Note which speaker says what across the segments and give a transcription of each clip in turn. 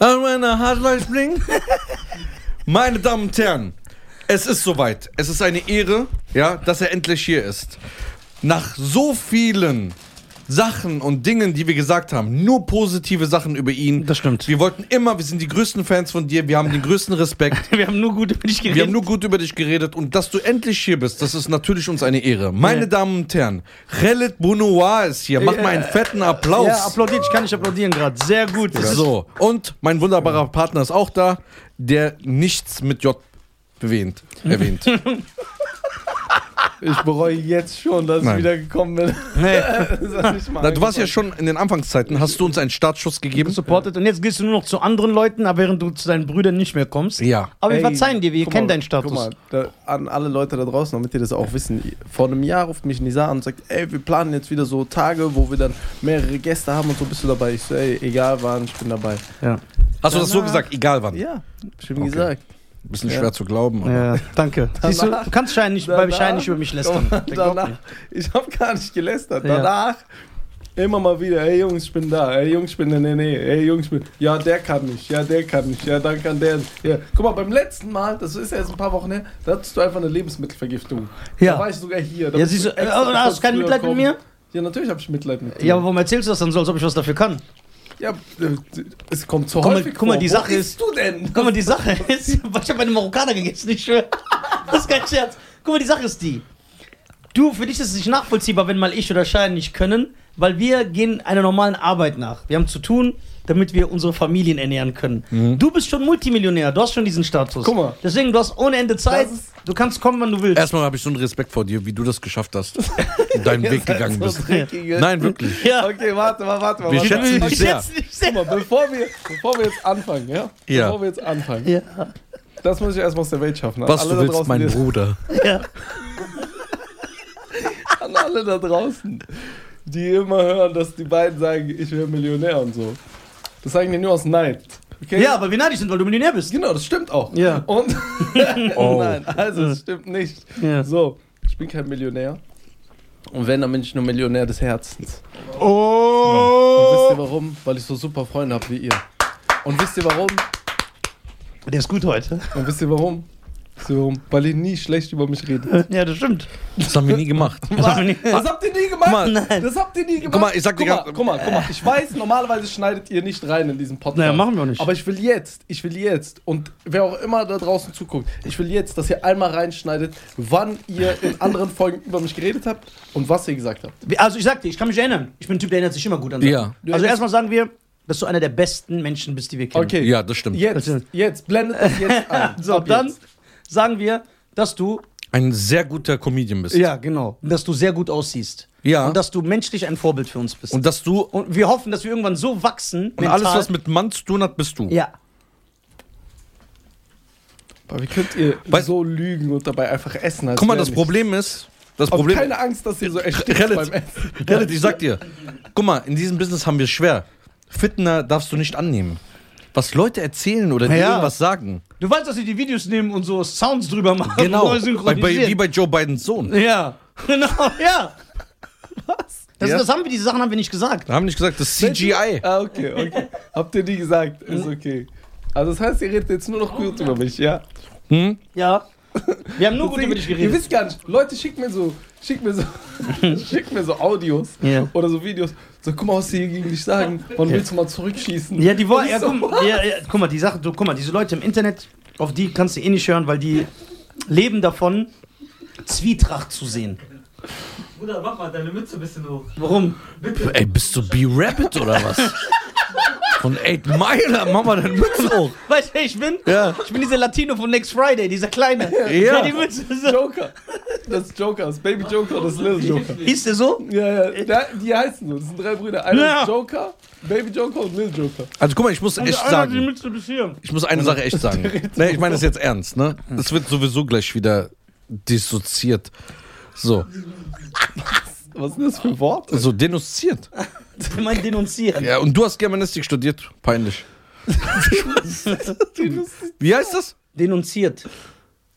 Speaker 1: And when a hard light spring. Meine Damen und Herren, es ist soweit. Es ist eine Ehre, ja, dass er endlich hier ist. Nach so vielen Sachen und Dingen, die wir gesagt haben, nur positive Sachen über ihn.
Speaker 2: Das stimmt.
Speaker 1: Wir wollten immer, wir sind die größten Fans von dir, wir haben den größten Respekt.
Speaker 2: Wir haben nur gut über dich geredet.
Speaker 1: Wir haben nur gut über dich geredet und dass du endlich hier bist, das ist natürlich uns eine Ehre. Meine Damen und Herren, Khaled Bounoir ist hier. Mach mal einen fetten Applaus.
Speaker 2: ja, applaudiert, ich kann nicht applaudieren gerade. Sehr gut. Das ist-
Speaker 1: so, und mein wunderbarer Partner ist auch da, der nichts mit J erwähnt. erwähnt.
Speaker 2: Ah.
Speaker 3: Ich bereue jetzt schon, dass
Speaker 1: Nein.
Speaker 3: ich wieder gekommen bin.
Speaker 2: Nee.
Speaker 1: Na, du warst ja schon in den Anfangszeiten, hast du uns einen Startschuss gegeben?
Speaker 2: Supported. Und jetzt gehst du nur noch zu anderen Leuten, aber während du zu deinen Brüdern nicht mehr kommst.
Speaker 1: Ja.
Speaker 2: Aber wir verzeihen dir, wir kennen deinen Status.
Speaker 3: Guck mal, da, an alle Leute da draußen, damit ihr das auch wissen. Vor einem Jahr ruft mich Nisa an und sagt, ey, wir planen jetzt wieder so Tage, wo wir dann mehrere Gäste haben und so bist du dabei. Ich so, ey, egal wann, ich bin dabei.
Speaker 2: Ja.
Speaker 1: Hast du das so gesagt? Egal wann.
Speaker 3: Ja, ich ihm gesagt.
Speaker 1: Bisschen
Speaker 3: Ja.
Speaker 1: schwer zu glauben. aber-
Speaker 2: ja, danke. Siehst du, du kannst Schein nicht, bei
Speaker 3: Danach-
Speaker 2: Schein nicht über mich lästern. Der glaubt
Speaker 3: Danach,
Speaker 2: mir.
Speaker 3: ich habe gar nicht gelästert.
Speaker 2: Ja.
Speaker 3: Danach immer mal wieder, ey Jungs, ich bin da, ey Jungs, ich bin in der Nähe, ey Jungs, ich bin. Ja, der kann nicht, ja, der kann nicht, ja, dann kann der. Ja. Guck mal, beim letzten Mal, das ist ja jetzt ein paar Wochen her, da hattest du einfach eine Lebensmittelvergiftung.
Speaker 2: Ja.
Speaker 3: Da war ich sogar hier. Da
Speaker 2: Ja,
Speaker 3: bist
Speaker 2: siehst du, äh,
Speaker 3: extra
Speaker 2: hast du
Speaker 3: kurz
Speaker 2: kein
Speaker 3: früher
Speaker 2: Mitleid mit
Speaker 3: gekommen.
Speaker 2: mir?
Speaker 3: Ja, natürlich habe ich Mitleid mit dir.
Speaker 2: Ja, aber warum erzählst du das dann so, als ob ich was dafür kann?
Speaker 3: Ja, äh, es kommt zu
Speaker 2: Guck mal-
Speaker 3: häufig
Speaker 2: guck mal,
Speaker 3: vor.
Speaker 2: die Sache
Speaker 3: Wo
Speaker 2: ist-
Speaker 3: bist du denn?
Speaker 2: Guck mal, die Sache ist, ich habe meine Marokkaner gegessen, ich schwöre. Das ist kein Scherz. Guck mal, die Sache ist die. Du, für dich ist es nicht nachvollziehbar, wenn mal ich oder Schein nicht können, weil wir gehen einer normalen Arbeit nach. Wir haben zu tun, damit wir unsere Familien ernähren können. Du bist schon Multimillionär, du hast schon diesen Status.
Speaker 3: Mhm. Guck mal.
Speaker 2: Deswegen, du hast ohne Ende Zeit,
Speaker 3: Das ist-
Speaker 2: du kannst kommen, wann du willst.
Speaker 1: Erstmal habe ich so einen Respekt vor dir, wie du das geschafft hast und deinen Weg gegangen bist.
Speaker 3: Nein.
Speaker 1: Nein, wirklich.
Speaker 2: ja.
Speaker 3: Okay, warte mal, warte mal.
Speaker 1: Wir
Speaker 3: warte mal.
Speaker 1: schätzen dich
Speaker 2: Ich
Speaker 1: sehr.
Speaker 2: schätze dich
Speaker 3: Guck
Speaker 2: sehr.
Speaker 3: mal, bevor wir, bevor wir jetzt anfangen, ja?
Speaker 1: Ja.
Speaker 3: Bevor wir jetzt anfangen.
Speaker 2: Ja,
Speaker 3: Das muss ich erstmal aus der Welt schaffen. An
Speaker 1: Was
Speaker 3: alle
Speaker 1: du
Speaker 3: da
Speaker 1: willst,
Speaker 3: draußen,
Speaker 1: mein
Speaker 3: die-
Speaker 1: Bruder.
Speaker 2: ja.
Speaker 3: An alle da draußen, die immer hören, dass die beiden sagen, ich wäre Millionär und so. Das sagen die nur aus Neid. Okay?
Speaker 2: ja, weil wir neidisch sind, weil du Millionär bist.
Speaker 3: Genau, das stimmt auch.
Speaker 2: Ja.
Speaker 3: Und
Speaker 1: Oh.
Speaker 3: nein, also es stimmt nicht.
Speaker 2: Ja.
Speaker 3: So, ich bin kein Millionär. Und wenn, dann bin ich nur Millionär des Herzens. Und wisst ihr
Speaker 2: Oh!
Speaker 3: warum? Weil ich so super Freunde habe wie ihr. Und wisst ihr warum?
Speaker 2: Der ist gut heute.
Speaker 3: Und wisst ihr warum? Wisst ihr warum? Weil ihr nie schlecht über mich redet.
Speaker 2: Ja, das stimmt.
Speaker 1: Das haben wir nie gemacht.
Speaker 2: Das haben wir nicht.
Speaker 3: Das habt ihr nie gemacht.
Speaker 1: Äh, Guck
Speaker 2: mal.
Speaker 3: Das habt ihr nie gemacht.
Speaker 1: Guck mal, ich sag dir äh.
Speaker 3: guck mal,
Speaker 1: ganz-
Speaker 3: guck mal, guck mal. Ich weiß, normalerweise schneidet ihr nicht rein in diesen Podcast.
Speaker 2: Naja, machen wir auch nicht.
Speaker 3: Aber ich will jetzt, ich will jetzt und wer auch immer da draußen zuguckt, ich will jetzt, dass ihr einmal reinschneidet, wann ihr in anderen Folgen über mich geredet habt und was ihr gesagt habt.
Speaker 2: Wie- Also ich sag dir, ich kann mich erinnern. Ich bin ein Typ, der erinnert sich immer gut an Sachen.
Speaker 1: Ja.
Speaker 2: Also erstmal sagen wir, dass du einer der besten Menschen bist, die wir kennen.
Speaker 3: Okay.
Speaker 1: Ja, das stimmt.
Speaker 3: Jetzt, jetzt, blendet das jetzt ein.
Speaker 2: So,
Speaker 3: Ab
Speaker 2: dann
Speaker 3: jetzt.
Speaker 2: sagen wir, dass du,
Speaker 1: Ein sehr guter Comedian bist.
Speaker 2: ja genau, dass du sehr gut aussiehst.
Speaker 1: Ja.
Speaker 2: Und dass du menschlich ein Vorbild für uns bist.
Speaker 1: Und dass du
Speaker 2: Und wir hoffen, dass wir irgendwann so wachsen.
Speaker 1: und alles, was mit Mann zu tun hat, bist du.
Speaker 2: Ja.
Speaker 3: Aber wie könnt ihr
Speaker 1: Weißt-
Speaker 3: so lügen und dabei einfach essen? als
Speaker 1: Guck mal,
Speaker 3: wär
Speaker 1: das
Speaker 3: nichts?
Speaker 1: Problem ist, das
Speaker 3: Habt
Speaker 1: Problem
Speaker 3: keine Angst, dass ihr so erstickt
Speaker 1: Relativ-
Speaker 3: beim Essen.
Speaker 1: Gerrit, ich sag dir, guck mal, in diesem Business haben wir es schwer. Fitner darfst du nicht annehmen. Was Leute erzählen oder dir
Speaker 2: Ja.
Speaker 1: irgendwas sagen.
Speaker 2: Du weißt, dass sie die Videos nehmen und so Sounds drüber machen.
Speaker 1: Genau.
Speaker 2: Neu
Speaker 1: Bei, bei, wie
Speaker 2: synchronisieren.
Speaker 1: bei Joe Bidens Sohn.
Speaker 2: ja. Genau, ja. Was? Das,
Speaker 1: Ja.
Speaker 2: das haben wir, diese Sachen haben wir nicht gesagt.
Speaker 1: Da haben wir nicht gesagt, das ist CGI.
Speaker 3: Ah, okay, okay. Habt ihr nie gesagt.
Speaker 2: Mhm.
Speaker 3: Ist okay. Also das heißt, ihr redet jetzt nur noch gut über mich, ja?
Speaker 1: Hm?
Speaker 2: Ja. Wir haben nur gut
Speaker 3: Deswegen,
Speaker 2: über dich
Speaker 3: Ihr
Speaker 2: geredet.
Speaker 3: wisst gar nicht, Leute, schickt mir so, schickt mir so, schickt mir so Audios
Speaker 2: Ja.
Speaker 3: oder so Videos. So, guck mal, was die hier gegen dich sagen. Wann willst du mal zurückschießen?
Speaker 2: Ja, die wollen.
Speaker 3: Das
Speaker 2: Ja,
Speaker 3: ist so-
Speaker 2: guck, ja, ja, guck mal, die Sache, du, guck mal, diese Leute im Internet, auf die kannst du eh nicht hören, weil die leben davon, Zwietracht zu sehen.
Speaker 4: Bruder, mach mal deine Mütze ein bisschen hoch.
Speaker 2: Warum?
Speaker 1: Ey, bist du B-Rabbit oder was? Von 8 Mile, mach mal deine Mütze hoch.
Speaker 2: Weißt du, wer ich bin?
Speaker 1: Ja.
Speaker 2: Ich bin dieser Latino von Next Friday, dieser Kleine.
Speaker 1: Ja.
Speaker 2: Der die Mütze so.
Speaker 3: Joker. Das ist Joker, das Baby Joker, das ist Little Joker.
Speaker 2: Hieß der so?
Speaker 3: Ja, ja, da, die heißen so. Das sind drei Brüder. Einer
Speaker 2: Ja.
Speaker 3: ist Joker, Baby Joker und Little Joker.
Speaker 1: Also guck mal, ich muss echt sagen,
Speaker 2: Mütze bis hier.
Speaker 1: ich muss eine Sache echt sagen. Nee, ich meine das jetzt ernst, ne? Es wird sowieso gleich wieder dissoziiert. So,
Speaker 3: Was ist denn das für ein Wort?
Speaker 1: so denunziert.
Speaker 2: Ich meine, denunzieren.
Speaker 1: Ja, und du hast Germanistik studiert. Peinlich. Wie heißt das?
Speaker 2: Denunziert.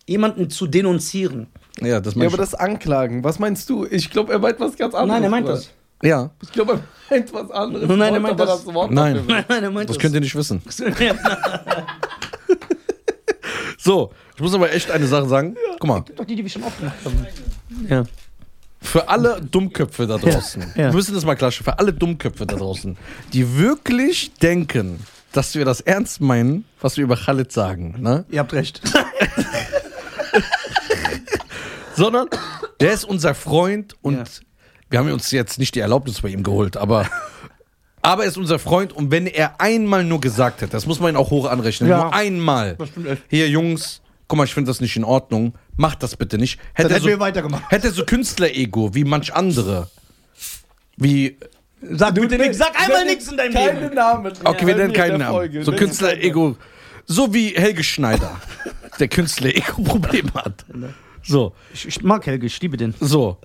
Speaker 2: Jemanden zu denunzieren.
Speaker 1: Ja, das
Speaker 3: Ja,
Speaker 1: meine
Speaker 3: aber das Anklagen, was meinst du? Ich glaube, er meint was ganz anderes.
Speaker 2: Nein, er meint
Speaker 3: Bruder.
Speaker 2: das.
Speaker 1: Ja.
Speaker 3: Ich glaube, er meint was anderes.
Speaker 2: Nein, er
Speaker 3: Wollte
Speaker 2: meint
Speaker 3: aber
Speaker 2: das-
Speaker 3: Wort
Speaker 1: Nein.
Speaker 3: dafür.
Speaker 2: Nein, nein, er meint
Speaker 1: Das könnt ihr nicht wissen.
Speaker 2: ihr.
Speaker 1: So, ich muss aber echt eine Sache sagen. Guck mal,
Speaker 2: Doch die, die wir schon aufgemacht haben. Ja.
Speaker 1: für alle Dummköpfe da draußen,
Speaker 2: Ja, ja.
Speaker 1: wir müssen das mal klatschen, für alle Dummköpfe da draußen, die wirklich denken, dass wir das ernst meinen, was wir über Khalid sagen, ne?
Speaker 2: Ihr habt recht.
Speaker 1: sondern der ist unser Freund und
Speaker 2: Ja.
Speaker 1: wir haben uns jetzt nicht die Erlaubnis bei ihm geholt, aber, aber er ist unser Freund und wenn er einmal nur gesagt hätte, das muss man ihn auch hoch anrechnen,
Speaker 2: Ja.
Speaker 1: nur einmal,
Speaker 2: stimmt echt.
Speaker 1: hier Jungs, guck mal, ich finde das nicht in Ordnung, macht das bitte nicht. Hätte, er so,
Speaker 2: weitergemacht.
Speaker 1: hätte er so Künstler-Ego wie manch andere, wie,
Speaker 2: Sag bitte nichts. Sag einmal nichts in deinem
Speaker 3: Keine
Speaker 2: Leben.
Speaker 3: Namen.
Speaker 1: okay, wir
Speaker 3: Nennen
Speaker 1: nennen
Speaker 3: wir in
Speaker 1: keinen
Speaker 3: der Folge.
Speaker 1: Namen, so
Speaker 2: ne?
Speaker 3: Nennen
Speaker 1: Künstler-Ego, so wie Helge Schneider, der Künstler-Ego-Probleme hat.
Speaker 2: Ne.
Speaker 1: So.
Speaker 2: Ich, ich mag Helge, ich liebe den.
Speaker 1: So.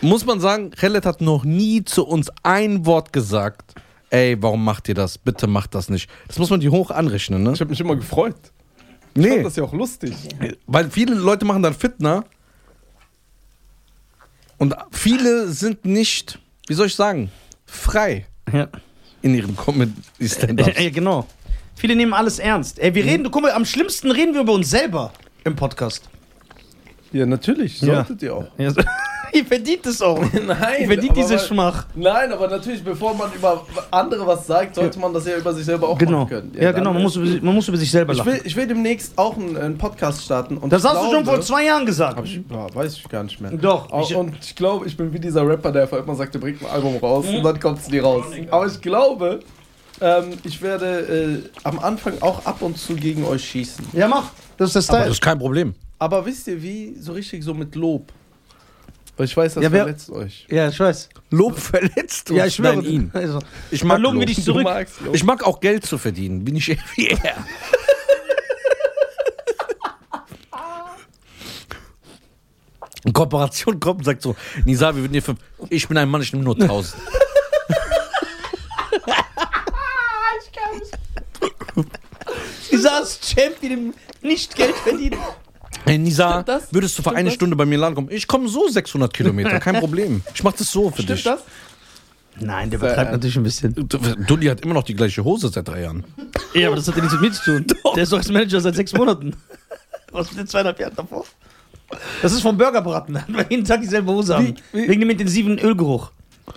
Speaker 1: Muss man sagen, Khaled hat noch nie zu uns ein Wort gesagt. Ey, warum macht ihr das? Bitte macht das nicht. Das muss man die hoch anrechnen, ne?
Speaker 3: Ich habe mich immer gefreut. Ich
Speaker 1: Nee,
Speaker 3: fand das ja auch lustig.
Speaker 1: weil viele Leute machen dann Fitner. Und viele sind nicht, wie soll ich sagen, frei
Speaker 2: Ja.
Speaker 1: in ihrem Comedy-Stand-Up.
Speaker 2: ja, genau. Viele nehmen alles ernst. Ey,
Speaker 3: Mhm.
Speaker 2: wir reden, guck mal, am schlimmsten reden wir über uns selber im Podcast.
Speaker 3: Ja, natürlich.
Speaker 2: Ja.
Speaker 3: Solltet ihr auch.
Speaker 2: ihr verdient es auch.
Speaker 3: Nein.
Speaker 2: Ihr verdient
Speaker 3: aber
Speaker 2: diese
Speaker 3: weil- Oh
Speaker 2: Schmach.
Speaker 3: Nein, aber natürlich, bevor man über andere was sagt, sollte man das ja über sich selber auch
Speaker 2: Genau.
Speaker 3: machen können.
Speaker 2: Ja, genau,
Speaker 3: dann-
Speaker 2: man muss, über, sich- man muss über sich selber
Speaker 3: Ich
Speaker 2: lachen.
Speaker 3: will, ich will demnächst auch einen, einen Podcast starten. Und
Speaker 2: Das
Speaker 3: ich
Speaker 2: hast du schon
Speaker 3: glaube-
Speaker 2: vor zwei Jahren gesagt.
Speaker 3: Hab ich, ja, weiß ich gar nicht mehr.
Speaker 2: Doch,
Speaker 3: Au-
Speaker 2: ich-
Speaker 3: und ich glaube, ich bin wie dieser Rapper, der einfach immer sagt, er bringt ein Album raus und dann kommt es nie raus. Aber ich glaube, ähm, ich werde äh, am Anfang auch ab und zu gegen euch schießen.
Speaker 2: Ja, mach. Das ist der
Speaker 1: Das
Speaker 2: Style.
Speaker 1: ist kein Problem.
Speaker 3: Aber wisst ihr wie? So richtig so mit Lob. Weil ich weiß, das
Speaker 2: Ja, wer-
Speaker 3: verletzt euch.
Speaker 2: Ja, ich weiß.
Speaker 1: Lob verletzt uns.
Speaker 2: Ja, ich schwöre.
Speaker 1: Nein, ihn.
Speaker 2: Also,
Speaker 1: Ich mag
Speaker 2: Dann loben wir
Speaker 1: Lob.
Speaker 2: dich zurück.
Speaker 3: Du magst Lob.
Speaker 1: Ich mag auch Geld zu verdienen, bin ich eher wie er. In Kooperation kommt und sagt so, Nisa, wir würden dir fünf. Ich bin ein Mann, ich nehme nur 1000.
Speaker 2: Dieser ist Champion im Nicht-Geld verdienen.
Speaker 1: Hey, Nisa,
Speaker 3: Stimmt das?
Speaker 1: würdest du für
Speaker 3: Stimmt
Speaker 1: eine
Speaker 3: das?
Speaker 1: Stunde bei mir in den Laden kommen? Ich komme so 600 Kilometer, kein Problem. Ich mach das so für dich.
Speaker 3: Stimmt das?
Speaker 2: Nein, der
Speaker 3: übertreibt
Speaker 2: natürlich ein bisschen.
Speaker 1: Dulli hat immer noch die gleiche Hose seit drei Jahren.
Speaker 2: Ja, aber das hat ja nichts mit mir zu tun. Der ist doch als Manager seit sechs Monaten. Was mit den zweieinhalb Jahren davor? Das ist vom Burgerbraten. Da hat man jeden Tag dieselbe Hose an.
Speaker 3: Wie- wie-
Speaker 2: Wegen dem intensiven Ölgeruch.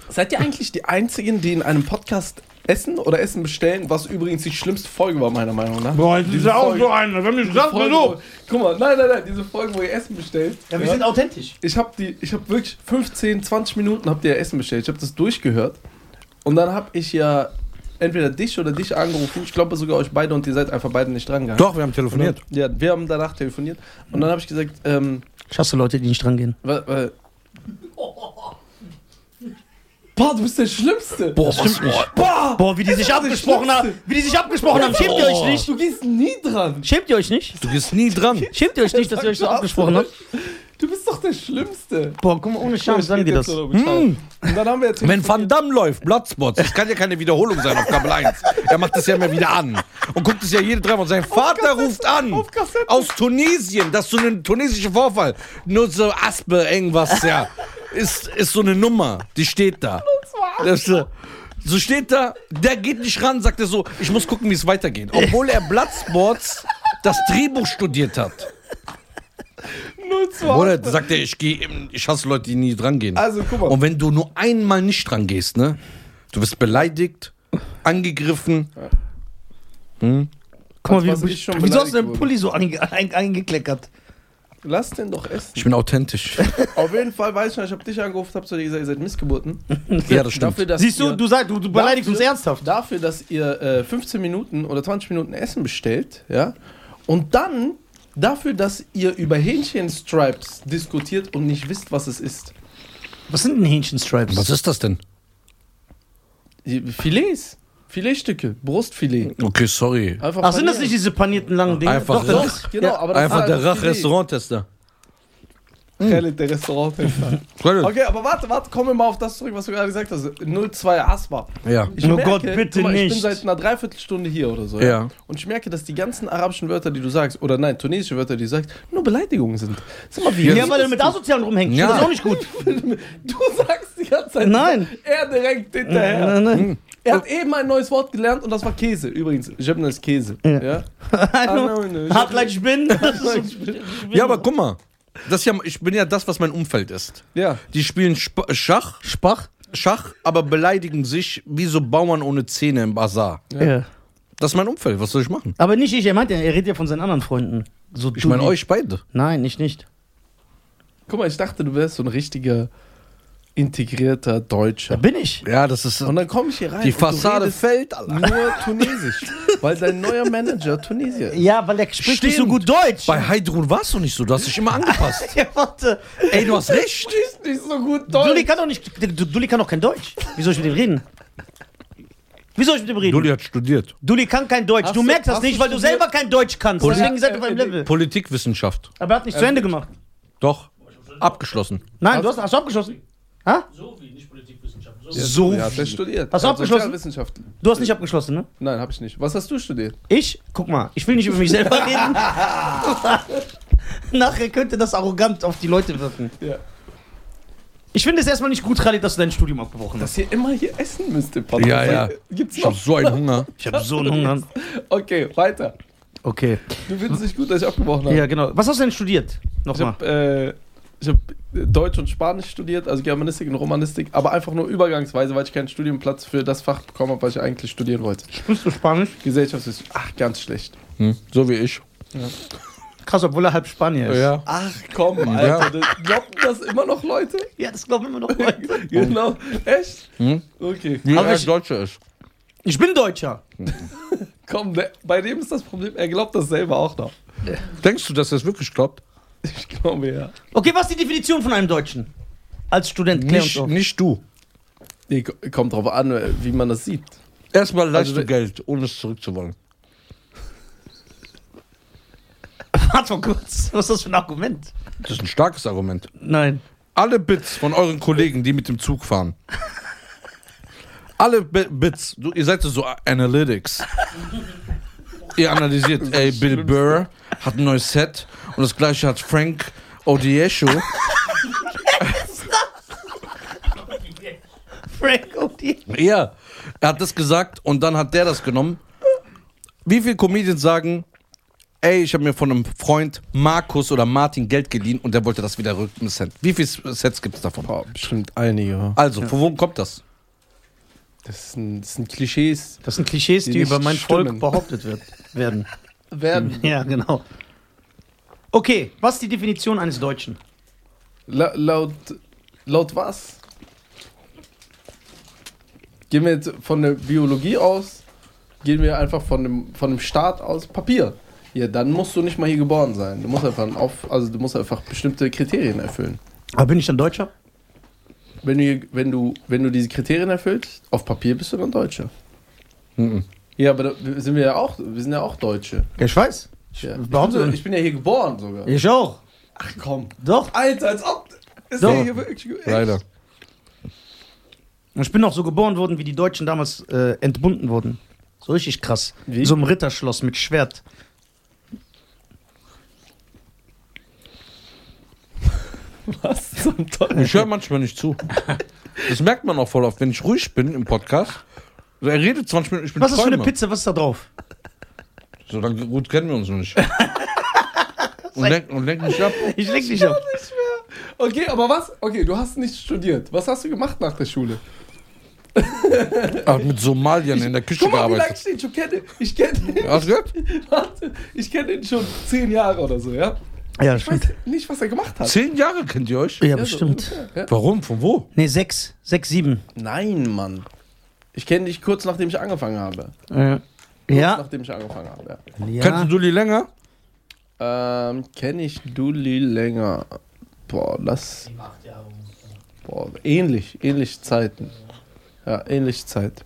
Speaker 3: Seid ihr eigentlich die Einzigen, die in einem Podcast essen oder Essen bestellen, was übrigens die schlimmste Folge war, meiner Meinung nach? Diese Folge-
Speaker 2: einer. Wir haben nicht
Speaker 3: diese Folge, wo- Guck mal, nein, nein, nein, diese Folge, wo ihr Essen bestellt.
Speaker 2: Ja, wir sind authentisch.
Speaker 3: ich habe die, ich habe wirklich 15, 20 Minuten habt ihr Essen bestellt. Ich habe das durchgehört und dann habe ich ja entweder dich oder dich angerufen. Ich glaube sogar euch beide und ihr seid einfach beide nicht dran gegangen.
Speaker 1: Doch, wir haben
Speaker 3: Und dann,
Speaker 1: telefoniert.
Speaker 3: ja, wir haben danach telefoniert und dann habe ich gesagt, ähm,
Speaker 2: Ich hasse Leute, die nicht rangehen.
Speaker 3: wa- wa- Boah, du bist der Schlimmste.
Speaker 1: Boah, das stimmt nicht.
Speaker 3: Boah,
Speaker 2: Boah, wie die sich abgesprochen
Speaker 3: Schlimmste.
Speaker 2: haben. Wie die sich abgesprochen haben. Schämt ihr euch nicht?
Speaker 3: du gehst nie dran.
Speaker 2: Schämt ihr euch nicht?
Speaker 1: Du gehst nie dran.
Speaker 2: Schämt ihr euch nicht, dass ihr euch so abgesprochen ne? habt?
Speaker 3: Du bist doch der Schlimmste. Oh,
Speaker 2: Boah, guck mal, ohne Scham sagen die das.
Speaker 3: Und dann haben wir jetzt
Speaker 1: Wenn Van Damme läuft, Bloodspots, das kann ja keine Wiederholung sein auf Kabel 1. Er macht das ja immer wieder an. Und guckt es ja jede drei Wochen. Sein Vater ruft an.
Speaker 3: auf Kassette.
Speaker 1: Aus Tunesien. Das ist so ein tunesischer Vorfall. Nur so Aspe, irgendwas, ja. Ist, ist so eine Nummer. Die steht da. Das ist, so- so steht da, der geht nicht ran, sagt er so, ich muss gucken, wie es weitergeht. Obwohl er Bloodsports das Drehbuch studiert hat.
Speaker 3: Null zu
Speaker 1: Oder sagt er, ich gehe, im- ich hasse Leute, die nie dran gehen.
Speaker 3: Also, guck mal.
Speaker 1: Und wenn du nur einmal nicht dran gehst, ne? Du wirst beleidigt, angegriffen.
Speaker 2: Guck mal, wie,
Speaker 3: Als was ich schon
Speaker 2: wieso hast du deinen
Speaker 3: beleidigt
Speaker 2: Pulli so einge ein- eingekleckert?
Speaker 3: Lass den doch essen.
Speaker 1: Ich bin authentisch.
Speaker 3: Auf jeden Fall weiß ich noch, ich hab dich angerufen, hab zu dir gesagt, ihr seid Missgeburten.
Speaker 1: ja, das stimmt.
Speaker 3: dass
Speaker 2: Siehst du,
Speaker 3: ihr,
Speaker 2: du, sagst, du, du beleidigst uns
Speaker 3: Dafür-
Speaker 2: ernsthaft.
Speaker 3: Dafür, dass ihr äh, 15 Minuten oder 20 Minuten Essen bestellt, ja, und dann dafür, dass ihr über Hähnchenstripes diskutiert und nicht wisst, was es ist.
Speaker 2: Was sind denn Hähnchenstripes?
Speaker 1: Was ist das denn?
Speaker 3: Die Filets, Filetstücke, Brustfilet.
Speaker 1: Okay, sorry.
Speaker 3: Einfach
Speaker 2: Ach, sind das nicht
Speaker 3: panieren.
Speaker 2: diese panierten langen Dinge?
Speaker 1: Einfach
Speaker 2: das
Speaker 1: Rach.
Speaker 2: ist-
Speaker 3: Genau, aber das
Speaker 1: Einfach
Speaker 3: ist
Speaker 1: der
Speaker 3: Filet.
Speaker 1: Rach-Restaurant-Tester.
Speaker 3: Khaled, der Restauranttester. Okay, aber warte, warte, kommen wir mal auf das zurück, was du gerade gesagt hast. 02 Asbab.
Speaker 1: Ja.
Speaker 3: Ich
Speaker 2: Oh Gott, bitte
Speaker 3: guck mal, Ich bin
Speaker 2: nicht.
Speaker 3: seit einer Dreiviertelstunde hier oder so.
Speaker 1: Ja.
Speaker 3: Und ich merke, dass die ganzen arabischen Wörter, die du sagst, oder nein, tunesische Wörter, die du sagst, nur Beleidigungen sind. Sag mal, wie?
Speaker 2: Ja, weil er mit Asozialen rumhängt.
Speaker 1: Ja.
Speaker 2: Das ist auch nicht gut.
Speaker 3: du sagst die ganze Zeit.
Speaker 2: Nein.
Speaker 3: Er direkt hinterher.
Speaker 1: Hm.
Speaker 2: Nein, nein.
Speaker 3: Er hat eben ein neues Wort gelernt und das war Käse. Übrigens, Jebna ist Käse.
Speaker 2: Ja.
Speaker 3: Ja.
Speaker 2: Also,
Speaker 3: Ah, nein,
Speaker 2: Hart like ich bin. Das ist so-
Speaker 1: ja, aber guck mal. Das ist ja, ich bin ja das, was mein Umfeld ist.
Speaker 3: Ja.
Speaker 1: Die spielen Sp Schach,
Speaker 2: Spach.
Speaker 1: Schach, aber beleidigen sich wie so Bauern ohne Zähne im Bazar.
Speaker 2: Ja.
Speaker 1: Das ist mein Umfeld. Was soll ich machen?
Speaker 2: Aber nicht ich, er meint ja, er redet ja von seinen anderen Freunden. So
Speaker 1: Ich
Speaker 2: du
Speaker 1: meine
Speaker 2: die-
Speaker 1: euch beide.
Speaker 2: Nein, ich nicht.
Speaker 3: Guck mal, ich dachte, du wärst so ein richtiger integrierter
Speaker 2: Da
Speaker 3: Deutscher.
Speaker 2: bin ich.
Speaker 1: Ja, das ist.
Speaker 3: Und dann komme ich hier rein.
Speaker 1: Die
Speaker 3: und du
Speaker 1: Fassade
Speaker 3: redest
Speaker 1: fällt, Alter.
Speaker 3: Nur Tunesisch. weil dein neuer Manager Tunesier ist.
Speaker 2: Ja, weil er spricht nicht so
Speaker 1: Stimmt.
Speaker 2: gut Deutsch.
Speaker 1: Bei Heidrun warst du nicht so. Du hast dich immer angepasst.
Speaker 2: ja, warte.
Speaker 1: Ey, du hast recht.
Speaker 3: Sprichst nicht so gut
Speaker 2: Dulli kann doch nicht. Du- Dulli kann doch kein Deutsch. Wie soll ich mit ihm reden? Wie soll ich mit ihm reden?
Speaker 1: Dulli hat studiert.
Speaker 2: Dulli kann kein Deutsch.
Speaker 3: Hast
Speaker 2: du
Speaker 3: du-
Speaker 2: merkst das
Speaker 3: hast du
Speaker 2: nicht, weil du
Speaker 3: studiert?
Speaker 2: selber kein Deutsch kannst.
Speaker 1: Poli-
Speaker 2: Deswegen seid ihr
Speaker 3: Äh,
Speaker 2: auf einem
Speaker 3: äh,
Speaker 2: Level.
Speaker 1: Politikwissenschaft.
Speaker 2: Aber er hat nicht zu Ende gemacht.
Speaker 1: Doch. Abgeschlossen.
Speaker 2: Nein, du hast, hast du abgeschossen. Ha?
Speaker 4: So wie, nicht Politikwissenschaft. So
Speaker 1: So
Speaker 3: Ja, hat er
Speaker 1: viel.
Speaker 3: studiert.
Speaker 2: Hast du
Speaker 3: Er hat
Speaker 2: abgeschlossen?
Speaker 3: Sozialwissenschaften.
Speaker 2: Du hast nicht abgeschlossen, ne?
Speaker 3: Nein, habe ich nicht. Was hast du studiert?
Speaker 2: Ich? Guck mal, ich will nicht über mich selber reden. Nachher könnte das arrogant auf die Leute wirken.
Speaker 3: Ja.
Speaker 2: Ich finde es erstmal nicht gut, Khalid, dass du dein Studium abgebrochen hast.
Speaker 3: Dass ihr immer hier essen müsst im
Speaker 1: Ja, ja.
Speaker 3: Gibt's
Speaker 1: Ich hab
Speaker 3: noch?
Speaker 1: so einen Hunger.
Speaker 2: Ich habe so einen Hunger.
Speaker 3: Okay, weiter.
Speaker 2: Okay.
Speaker 3: Du findest nicht gut, dass ich abgebrochen habe.
Speaker 2: Ja, Also, genau. Was hast du denn studiert?
Speaker 3: Ich
Speaker 2: Nochmal.
Speaker 3: habe äh, ich hab äh, Deutsch und Spanisch studiert, also Germanistik und Romanistik, aber einfach nur übergangsweise, weil ich keinen Studienplatz für das Fach bekommen habe, was ich eigentlich studieren wollte.
Speaker 2: Sprichst du Spanisch?
Speaker 3: Gesellschaftswissenschaft, ach, ganz schlecht.
Speaker 1: Hm, so wie ich.
Speaker 2: Krass, obwohl er halb Spanier ist.
Speaker 1: Ja. Ah,
Speaker 3: Ach komm, Alter, das, glauben das immer noch Leute?
Speaker 2: Ja, das glauben immer noch Leute.
Speaker 3: genau, echt?
Speaker 1: Hm?
Speaker 3: Okay,
Speaker 1: Wie
Speaker 2: Aber
Speaker 1: er
Speaker 2: ich-
Speaker 1: Deutscher ist.
Speaker 2: Ich bin Deutscher.
Speaker 3: komm, der, bei dem ist das Problem, er glaubt das selber auch noch.
Speaker 1: Denkst du, dass er es wirklich glaubt?
Speaker 3: Ich glaube, ja.
Speaker 2: Okay, was ist die Definition von einem Deutschen? Als Student, klär
Speaker 1: Nicht,
Speaker 2: uns auf.
Speaker 1: nicht du.
Speaker 3: Nee, ko- kommt drauf an, äh, wie man das sieht.
Speaker 1: Erstmal leist
Speaker 3: Also,
Speaker 1: du Geld, ohne es zurückzuwollen.
Speaker 2: Warte mal kurz. Was ist das für ein Argument?
Speaker 1: Das ist ein starkes Argument.
Speaker 2: Nein.
Speaker 1: Alle Bits von euren Kollegen, die mit dem Zug fahren. Alle Bi- Bits. Du, ihr seid so Analytics. Ihr analysiert, ey, Bill Burr hat ein neues Set und das gleiche hat Frank Odiesho.
Speaker 2: Frank oh, O'Deal.
Speaker 1: Ja, er hat das gesagt und dann hat der das genommen. Wie viele Comedians sagen, ey, ich habe mir von einem Freund Markus oder Martin Geld geliehen und der wollte das wieder rücken. Wie viele Sets gibt es davon?
Speaker 3: Boah, bestimmt einige.
Speaker 1: Also, von wo kommt das?
Speaker 3: Das sind, das sind Klischees.
Speaker 2: Das sind Klischees, die,
Speaker 3: Die nicht
Speaker 2: über mein Volk
Speaker 3: stimmen.
Speaker 2: behauptet wird, werden.
Speaker 3: Werden.
Speaker 2: Ja, genau. Okay, was ist die Definition eines Deutschen?
Speaker 3: La laut, laut was? Gehen wir jetzt von der Biologie aus? Gehen wir einfach von dem, von dem Staat aus? Papier. Ja, dann musst du nicht mal hier geboren sein. Du musst einfach, ein auf, also du musst einfach bestimmte Kriterien erfüllen.
Speaker 2: Aber Ah, bin ich dann Deutscher?
Speaker 3: Wenn du, hier- wenn, du, wenn du diese Kriterien erfüllst, auf Papier bist du dann Deutscher. Ja, aber da sind wir ja auch, wir sind ja auch Deutsche.
Speaker 2: Ja, ich weiß.
Speaker 3: Ja. Ich, bin,
Speaker 2: behaupte
Speaker 3: so-
Speaker 2: nicht.
Speaker 3: ich bin ja hier geboren sogar.
Speaker 2: Ich auch.
Speaker 3: Ach komm.
Speaker 2: Doch.
Speaker 3: Alter, als ob. Ist
Speaker 2: Doch.
Speaker 3: der hier wirklich ge- echt?
Speaker 1: Leider.
Speaker 2: Und Ich bin auch so geboren worden, wie die Deutschen damals äh, entbunden wurden. So richtig krass.
Speaker 3: Wie?
Speaker 2: So im Ritterschloss mit Schwert.
Speaker 3: Was zum Teufel?
Speaker 1: Ich höre manchmal nicht zu. Das merkt man auch voll oft, wenn ich ruhig bin im Podcast. Also er redet 20 Minuten, ich bin
Speaker 2: Was ist das für eine
Speaker 1: träume.
Speaker 2: Pizza? Was ist da drauf?
Speaker 1: So, dann gut kennen wir uns noch nicht. Und lenk, und lenk mich ab.
Speaker 2: Ich leg dich ab.
Speaker 3: Nicht mehr. Okay, aber was? Okay, du hast nicht studiert. Was hast du gemacht nach der Schule?
Speaker 1: Er hat Ah, mit Somaliern in der Küche
Speaker 3: Guck mal, wie lange
Speaker 1: gearbeitet.
Speaker 3: ich den schon kenne. Ich kenne den.
Speaker 1: Hast du gehört?
Speaker 3: Warte, ich kenne den schon zehn Jahre oder so, ja?
Speaker 2: Ja,
Speaker 3: Ich weiß nicht, was er gemacht hat.
Speaker 1: Zehn Jahre kennt ihr euch?
Speaker 2: Ja,
Speaker 3: Ja, so
Speaker 2: bestimmt.
Speaker 3: ungefähr, ja.
Speaker 1: Warum? Von wo?
Speaker 2: Nee, sechs. Sechs, sieben.
Speaker 3: Nein, Mann. Ich kenne dich kurz nachdem ich angefangen habe.
Speaker 2: Äh, ja.
Speaker 3: Nachdem ich angefangen habe.
Speaker 1: Kennst du
Speaker 2: ja.
Speaker 1: Dulli länger?
Speaker 3: Ja. Ähm, kenne ich Dulli länger? Boah, das.
Speaker 4: Sieben, acht Jahre ungefähr.
Speaker 3: Boah, ähnlich, ähnliche Zeiten. Ja, ähnliche Zeit.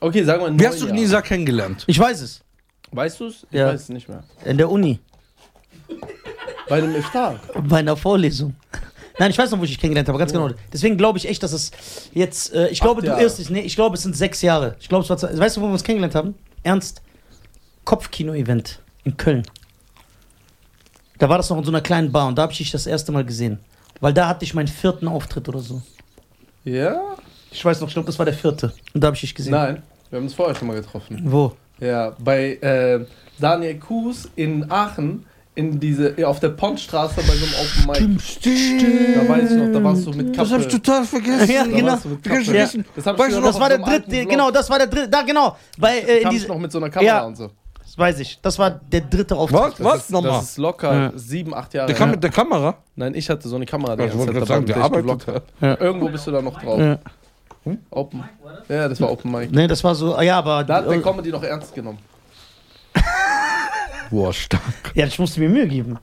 Speaker 3: Okay, sagen wir
Speaker 1: Wie hast du
Speaker 3: neun
Speaker 1: Nisa kennengelernt?
Speaker 2: Ich weiß es.
Speaker 3: Weißt du es? Ich
Speaker 2: Ja.
Speaker 3: weiß es nicht mehr.
Speaker 2: In der Uni.
Speaker 3: Bei einem Iftar.
Speaker 2: Bei einer Vorlesung. Nein, ich weiß noch, wo ich dich kennengelernt habe, ganz
Speaker 3: Oh.
Speaker 2: genau. Deswegen glaube ich echt, dass es jetzt. Äh, ich glaube, du
Speaker 3: Jahre.
Speaker 2: irrst dich. Nee, ich glaube, es sind sechs Jahre. Ich glaube, es war. zwei- Weißt du, wo wir uns kennengelernt haben? Ernst. Kopfkino-Event in Köln. Da war das noch in so einer kleinen Bar und da habe ich dich das erste Mal gesehen. Weil da hatte ich meinen vierten Auftritt oder so.
Speaker 3: Ja?
Speaker 2: Ich weiß noch, ich glaube, das war der vierte. Und da habe ich dich gesehen.
Speaker 3: Nein, wir haben uns vorher schon mal getroffen.
Speaker 2: Wo?
Speaker 3: Ja, bei äh, Daniel Kuhs in Aachen, in diese, ja, auf der Pontstraße bei so einem Open Mic.
Speaker 1: Stimmt.
Speaker 3: Da weiß ich noch, da warst du mit
Speaker 1: Das
Speaker 3: Kappe.
Speaker 1: hab ich total vergessen.
Speaker 2: Ja,
Speaker 3: da
Speaker 2: genau.
Speaker 3: warst du mit Kappe.
Speaker 1: Ja.
Speaker 3: Das, hab ich
Speaker 1: Weißt du
Speaker 3: dir noch
Speaker 2: Das
Speaker 3: auf
Speaker 2: war
Speaker 3: so
Speaker 2: der
Speaker 3: einem
Speaker 2: dritte,
Speaker 3: alten Vlog.
Speaker 2: genau, das war der dritte, da genau. Bei äh, in
Speaker 3: Kam ich
Speaker 2: diese,
Speaker 3: noch mit so einer Kamera
Speaker 2: Ja.
Speaker 3: und so.
Speaker 2: das weiß ich, das war der dritte Auftritt.
Speaker 1: Was?
Speaker 3: Das
Speaker 1: Was?
Speaker 3: ist,
Speaker 1: Nochmal.
Speaker 3: Das ist locker
Speaker 2: Ja.
Speaker 3: sieben, acht Jahre.
Speaker 1: Der kam mit der Kamera.
Speaker 3: Nein, ich hatte so eine Kamera,
Speaker 1: Ja, ich wollte gerade sagen,
Speaker 3: mit
Speaker 1: der
Speaker 3: ich
Speaker 1: arbeitet.
Speaker 3: gevloggt habe.
Speaker 2: Ja.
Speaker 3: Irgendwo bist du da noch drauf.
Speaker 2: Ja.
Speaker 3: Open. Ja, das war Open Mic.
Speaker 2: Nee, das war so, ah, ja, aber
Speaker 3: Da hat der Comedy noch ernst genommen.
Speaker 1: Boah, stark.
Speaker 2: ja, ich musste mir Mühe geben.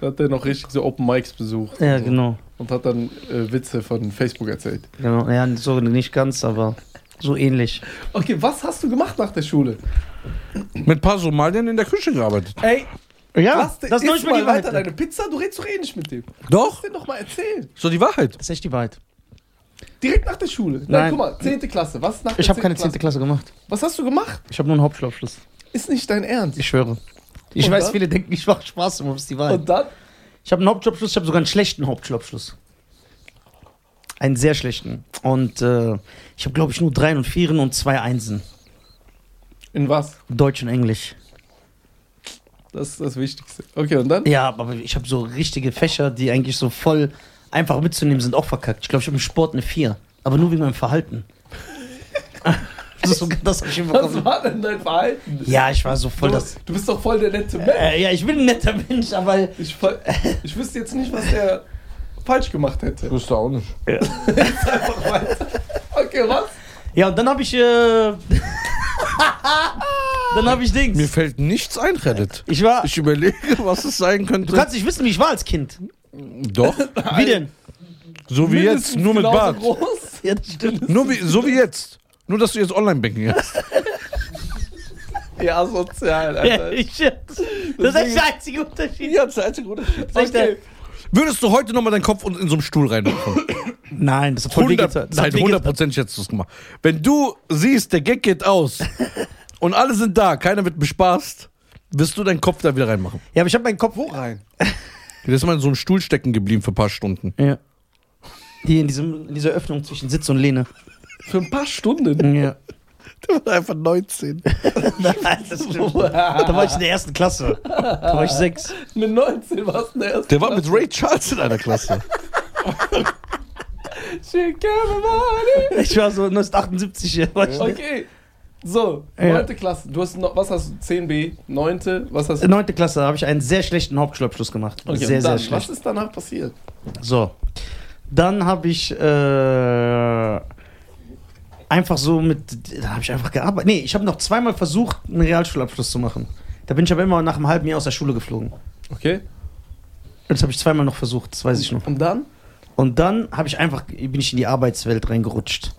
Speaker 3: Da hat der noch richtig so Open Mics besucht.
Speaker 2: Ja,
Speaker 3: und so.
Speaker 2: genau.
Speaker 3: Und hat dann äh, Witze von Facebook erzählt.
Speaker 2: genau. Ja, so nicht ganz, aber so ähnlich.
Speaker 3: Okay, was hast du gemacht nach der Schule?
Speaker 1: Mit ein paar Somalien in der Küche gearbeitet.
Speaker 3: Ey,
Speaker 2: Ja,
Speaker 3: lass den
Speaker 2: das ist
Speaker 3: isst
Speaker 2: manchmal
Speaker 3: mal
Speaker 2: die
Speaker 3: weiter
Speaker 2: Wahrheit.
Speaker 3: deine Pizza, du redest doch eh nicht mit dem.
Speaker 1: Doch,
Speaker 3: Lass den doch mal erzählen.
Speaker 1: so die Wahrheit.
Speaker 2: Das ist echt die Wahrheit.
Speaker 3: Direkt nach der Schule. Nein,
Speaker 2: Nein.
Speaker 3: guck mal, 10. Klasse. Was ist nach der
Speaker 2: Ich habe keine 10.
Speaker 3: zehnten
Speaker 2: Klasse gemacht.
Speaker 3: Was hast du gemacht?
Speaker 2: Ich habe nur einen Hauptschulabschluss.
Speaker 3: Ist nicht dein Ernst.
Speaker 2: Ich schwöre. Ich
Speaker 3: Und
Speaker 2: weiß,
Speaker 3: dann?
Speaker 2: viele denken, ich mache Spaß, aber es ist die Wahrheit.
Speaker 3: Und dann?
Speaker 2: Ich habe einen Hauptschulabschluss, ich habe sogar einen schlechten Hauptschulabschluss. Einen sehr schlechten. Und äh, ich habe, glaube ich, nur Dreien und Vieren und zwei Einsen.
Speaker 3: In was?
Speaker 2: Deutsch und Englisch.
Speaker 3: Das ist das Wichtigste. Okay, und dann?
Speaker 2: Ja, aber ich habe so richtige Fächer, die eigentlich so voll einfach mitzunehmen sind, auch verkackt. Ich glaube, ich habe im Sport eine 4. Aber nur wegen meinem Verhalten. das ist so, das hab ich
Speaker 3: Was
Speaker 2: hinbekommen.
Speaker 3: war denn dein Verhalten?
Speaker 2: Ja, ich war so voll
Speaker 3: du,
Speaker 2: das.
Speaker 3: du bist doch voll der nette Mensch.
Speaker 2: Äh, ja, ich bin ein netter Mensch, aber
Speaker 3: Ich, voll- ich wüsste jetzt nicht, was der falsch gemacht hätte.
Speaker 1: Wusste auch nicht.
Speaker 3: Okay, was?
Speaker 2: Ja, und dann habe ich. Äh, dann habe ich
Speaker 1: Mir
Speaker 2: Dings.
Speaker 1: fällt nichts ein, Reddit.
Speaker 2: Ich war.
Speaker 1: Ich überlege, was es sein könnte.
Speaker 2: Du kannst nicht wissen, wie ich war als Kind.
Speaker 1: Doch,
Speaker 2: Wie denn?
Speaker 1: so wie jetzt, nur mit
Speaker 3: Bart.
Speaker 1: Bart.
Speaker 3: Groß.
Speaker 2: Ja, das stimmt.
Speaker 1: Nur wie, so wie jetzt. Nur, dass du jetzt Online-Banking hast.
Speaker 3: Ja, sozial,
Speaker 2: Ja,
Speaker 3: Alter.
Speaker 2: ich, das ist echt der einzige Unterschied.
Speaker 3: Ja, das ist der einzige Unterschied.
Speaker 2: Das ist echt der-
Speaker 3: Okay.
Speaker 1: Würdest du heute nochmal deinen Kopf und in so einem Stuhl reinmachen?
Speaker 2: Nein, das hat voll wehgetan.
Speaker 1: 100,
Speaker 2: Das hat
Speaker 1: seit
Speaker 2: wehgetan.
Speaker 1: 100% hättest du es gemacht. Wenn du siehst, der Gag geht aus und alle sind da, keiner wird bespaßt, wirst du deinen Kopf da wieder reinmachen.
Speaker 2: Ja, aber ich habe meinen Kopf.
Speaker 3: Wo rein?
Speaker 1: Der ist mal in so einem Stuhl stecken geblieben für ein paar Stunden.
Speaker 2: Ja. Hier in, diesem, in dieser Öffnung zwischen Sitz und Lehne.
Speaker 3: Für ein paar Stunden.
Speaker 2: Ja.
Speaker 1: Der war einfach 19.
Speaker 2: Nein, das stimmt. Da war ich in der ersten Klasse. Da war ich sechs.
Speaker 3: Mit 19 warst du der erste.
Speaker 1: Der war mit Ray Charles in einer Klasse.
Speaker 3: Shit, everybody.
Speaker 2: Ich war so 1978. ja, War ich
Speaker 3: Okay. So,
Speaker 2: Ja.
Speaker 3: neunte Klasse. Du hast noch, was hast du? 10b, neunte, was hast du?
Speaker 2: Neunte Klasse habe ich einen sehr schlechten Hauptschulabschluss gemacht.
Speaker 3: Okay,
Speaker 2: sehr,
Speaker 3: und dann,
Speaker 2: sehr schlecht.
Speaker 3: Was ist danach passiert?
Speaker 2: So. Dann habe ich äh, einfach so mit. Da habe ich einfach gearbeitet. Nee, ich habe noch zweimal versucht, einen Realschulabschluss zu machen. Da bin ich aber immer nach einem halben Jahr aus der Schule geflogen.
Speaker 3: Okay.
Speaker 2: Das habe ich zweimal noch versucht, das weiß ich noch.
Speaker 3: Und dann?
Speaker 2: Und dann habe ich einfach, bin ich in die Arbeitswelt reingerutscht.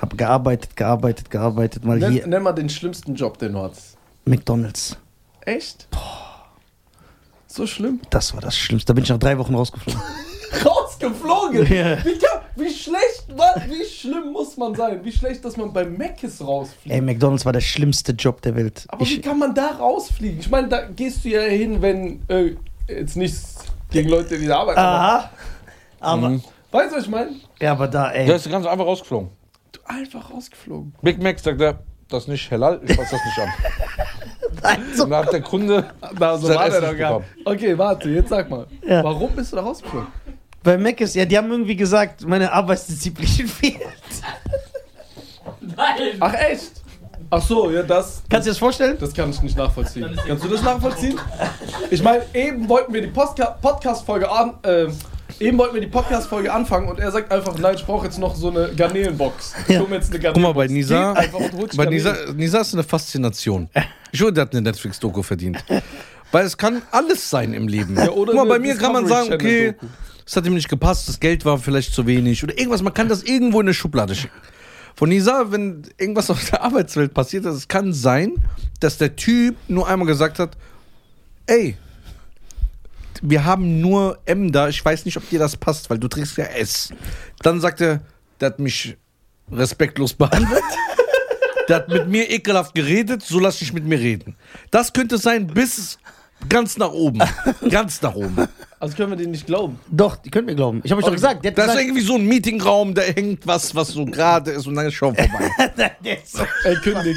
Speaker 2: Habe gearbeitet, gearbeitet, gearbeitet. Mal
Speaker 3: Nenn,
Speaker 2: hier
Speaker 3: nenn mal den schlimmsten Job, den du hattest.
Speaker 2: McDonalds.
Speaker 3: Echt? So schlimm.
Speaker 2: Das war das Schlimmste. Da bin ich nach drei Wochen rausgeflogen.
Speaker 3: Rausgeflogen!
Speaker 2: Ja.
Speaker 3: Wie, kann, wie schlecht, wa- wie schlimm muss man sein? Wie schlecht, dass man bei Mc's rausfliegt.
Speaker 2: Ey, McDonalds war der schlimmste Job der Welt.
Speaker 3: Aber wie
Speaker 2: Ich,
Speaker 3: kann man da rausfliegen? Ich meine, da gehst du ja hin, wenn äh, jetzt nichts gegen Leute, die da arbeiten. aber-
Speaker 2: aha. Aber,
Speaker 3: Weißt du, was ich meine?
Speaker 2: ja, aber da, ey.
Speaker 1: Der ist ganz einfach rausgeflogen.
Speaker 3: Du einfach rausgeflogen.
Speaker 1: Big Mac sagt er, das ist nicht halal, ich fasse das nicht an.
Speaker 2: Also,
Speaker 1: Und da hat der Kunde
Speaker 3: Na, so
Speaker 1: Sein
Speaker 3: war der
Speaker 1: Essen
Speaker 3: doch gar
Speaker 1: bekommen.
Speaker 3: Okay, warte, jetzt sag mal.
Speaker 2: Ja.
Speaker 3: Warum bist du da rausgeflogen?
Speaker 2: bei Mac ist, ja, die haben irgendwie gesagt, meine Arbeitsdisziplin fehlt.
Speaker 4: Nein!
Speaker 3: Ach, echt? Ach so, ja, das.
Speaker 2: Kannst du dir das vorstellen?
Speaker 3: Das kann ich nicht nachvollziehen. Kannst du das nachvollziehen? Ich meine, eben wollten wir die Postka- Podcast-Folge an. Äh, Eben wollten wir die Podcast-Folge anfangen und er sagt einfach, nein, ich brauche jetzt noch so eine Garnelenbox. Ich
Speaker 2: Ja.
Speaker 3: hol mir jetzt eine
Speaker 1: Guck mal,
Speaker 3: Garnelenbox.
Speaker 1: bei Nisa,
Speaker 3: Geht einfach und holt sich
Speaker 1: bei
Speaker 3: Garnelen.
Speaker 1: Nisa, Nisa ist eine Faszination. Ich würde, der hat eine Netflix-Doku verdient. Weil es kann alles sein im Leben.
Speaker 3: Ja, oder
Speaker 1: Guck mal, bei
Speaker 3: eine
Speaker 1: mir kann man
Speaker 3: Discovery
Speaker 1: sagen, okay,
Speaker 3: Channel-Doku.
Speaker 1: es hat ihm nicht gepasst, das Geld war vielleicht zu wenig oder irgendwas. Man kann das irgendwo in eine Schublade schicken. Von Nisa, wenn irgendwas auf der Arbeitswelt passiert ist, es kann sein, dass der Typ nur einmal gesagt hat, ey, wir haben nur M da, ich weiß nicht, ob dir das passt, weil du trägst ja S. Dann sagt er, der hat mich respektlos behandelt. Der hat mit mir ekelhaft geredet, so lass ich mit mir reden. Das könnte sein bis ganz nach oben. Ganz nach oben.
Speaker 3: Also können wir den nicht glauben.
Speaker 2: Doch, die könnt mir glauben. Ich habe euch doch gesagt, der hat
Speaker 1: Das ist
Speaker 2: gesagt,
Speaker 1: irgendwie so ein Meetingraum, da hängt was, was so gerade ist und dann ist schon vorbei.
Speaker 2: der ist so
Speaker 3: Er kündigt.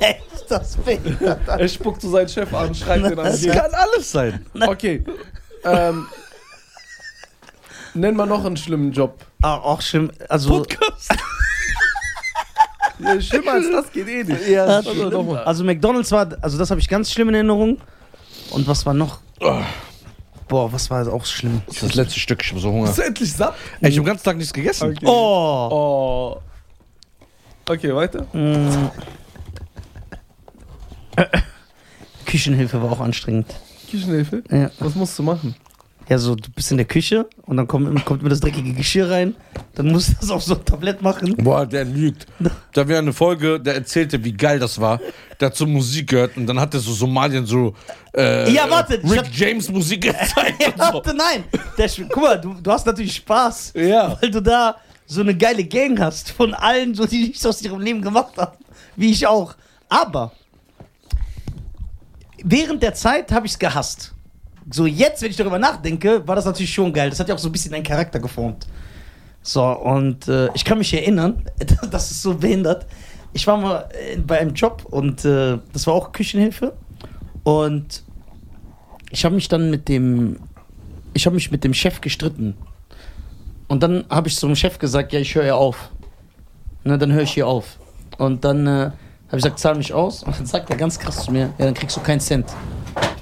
Speaker 2: echt das Bild.
Speaker 3: Er spuckt so seinen Chef an, schreibt den an.
Speaker 1: Das kann alles sein.
Speaker 3: Okay. Ähm, nenn mal noch einen schlimmen Job.
Speaker 2: Ah, auch schlimm. Also,
Speaker 3: Ja, schlimmer als das geht eh nicht.
Speaker 2: Ja,
Speaker 3: das war doch noch mal.
Speaker 2: also McDonalds war, also das habe ich ganz schlimm in Erinnerung. Und was war noch? Boah, was war auch schlimm?
Speaker 1: Das ist das letzte Stück, ich habe so Hunger.
Speaker 3: Bist du endlich satt?
Speaker 1: Ey, ich habe den ganzen Tag nichts gegessen.
Speaker 3: Okay.
Speaker 2: Oh!
Speaker 3: Oh. Okay, weiter.
Speaker 2: Mm. Küchenhilfe war auch anstrengend.
Speaker 3: Küchenhilfe.
Speaker 2: Ja.
Speaker 3: Was musst du machen?
Speaker 2: ja, so du bist in der Küche und dann kommt, kommt immer das dreckige Geschirr rein. Dann musst du das auf so ein Tablett machen.
Speaker 1: Boah, der lügt. Da wäre eine Folge, der erzählte, wie geil das war. Der hat so Musik gehört und dann hat er so Somalien so. Äh,
Speaker 2: Ja, warte, ich
Speaker 1: Rick
Speaker 2: hab-
Speaker 1: James Musik gezeigt. und so.
Speaker 2: Nein! Der, Sch- guck mal, du, du hast natürlich Spaß.
Speaker 3: Ja.
Speaker 2: weil du da so eine geile Gang hast von allen, so die nichts aus ihrem Leben gemacht haben, wie ich auch. Aber während der Zeit habe ich es gehasst. So jetzt, wenn ich darüber nachdenke, war das natürlich schon geil. Das hat ja auch so ein bisschen deinen Charakter geformt. So, und äh, ich kann mich erinnern, das ist so behindert. Ich war mal äh, bei einem Job und äh, das war auch Küchenhilfe. Und ich habe mich dann mit dem, ich habe mich mit dem Chef gestritten. Und dann habe ich zum Chef gesagt, ja, ich höre ja auf. Ne, dann höre ich hier auf. Und dann äh, habe ich gesagt, zahl mich aus. Und dann sagt er ganz krass zu mir, ja, dann kriegst du keinen Cent.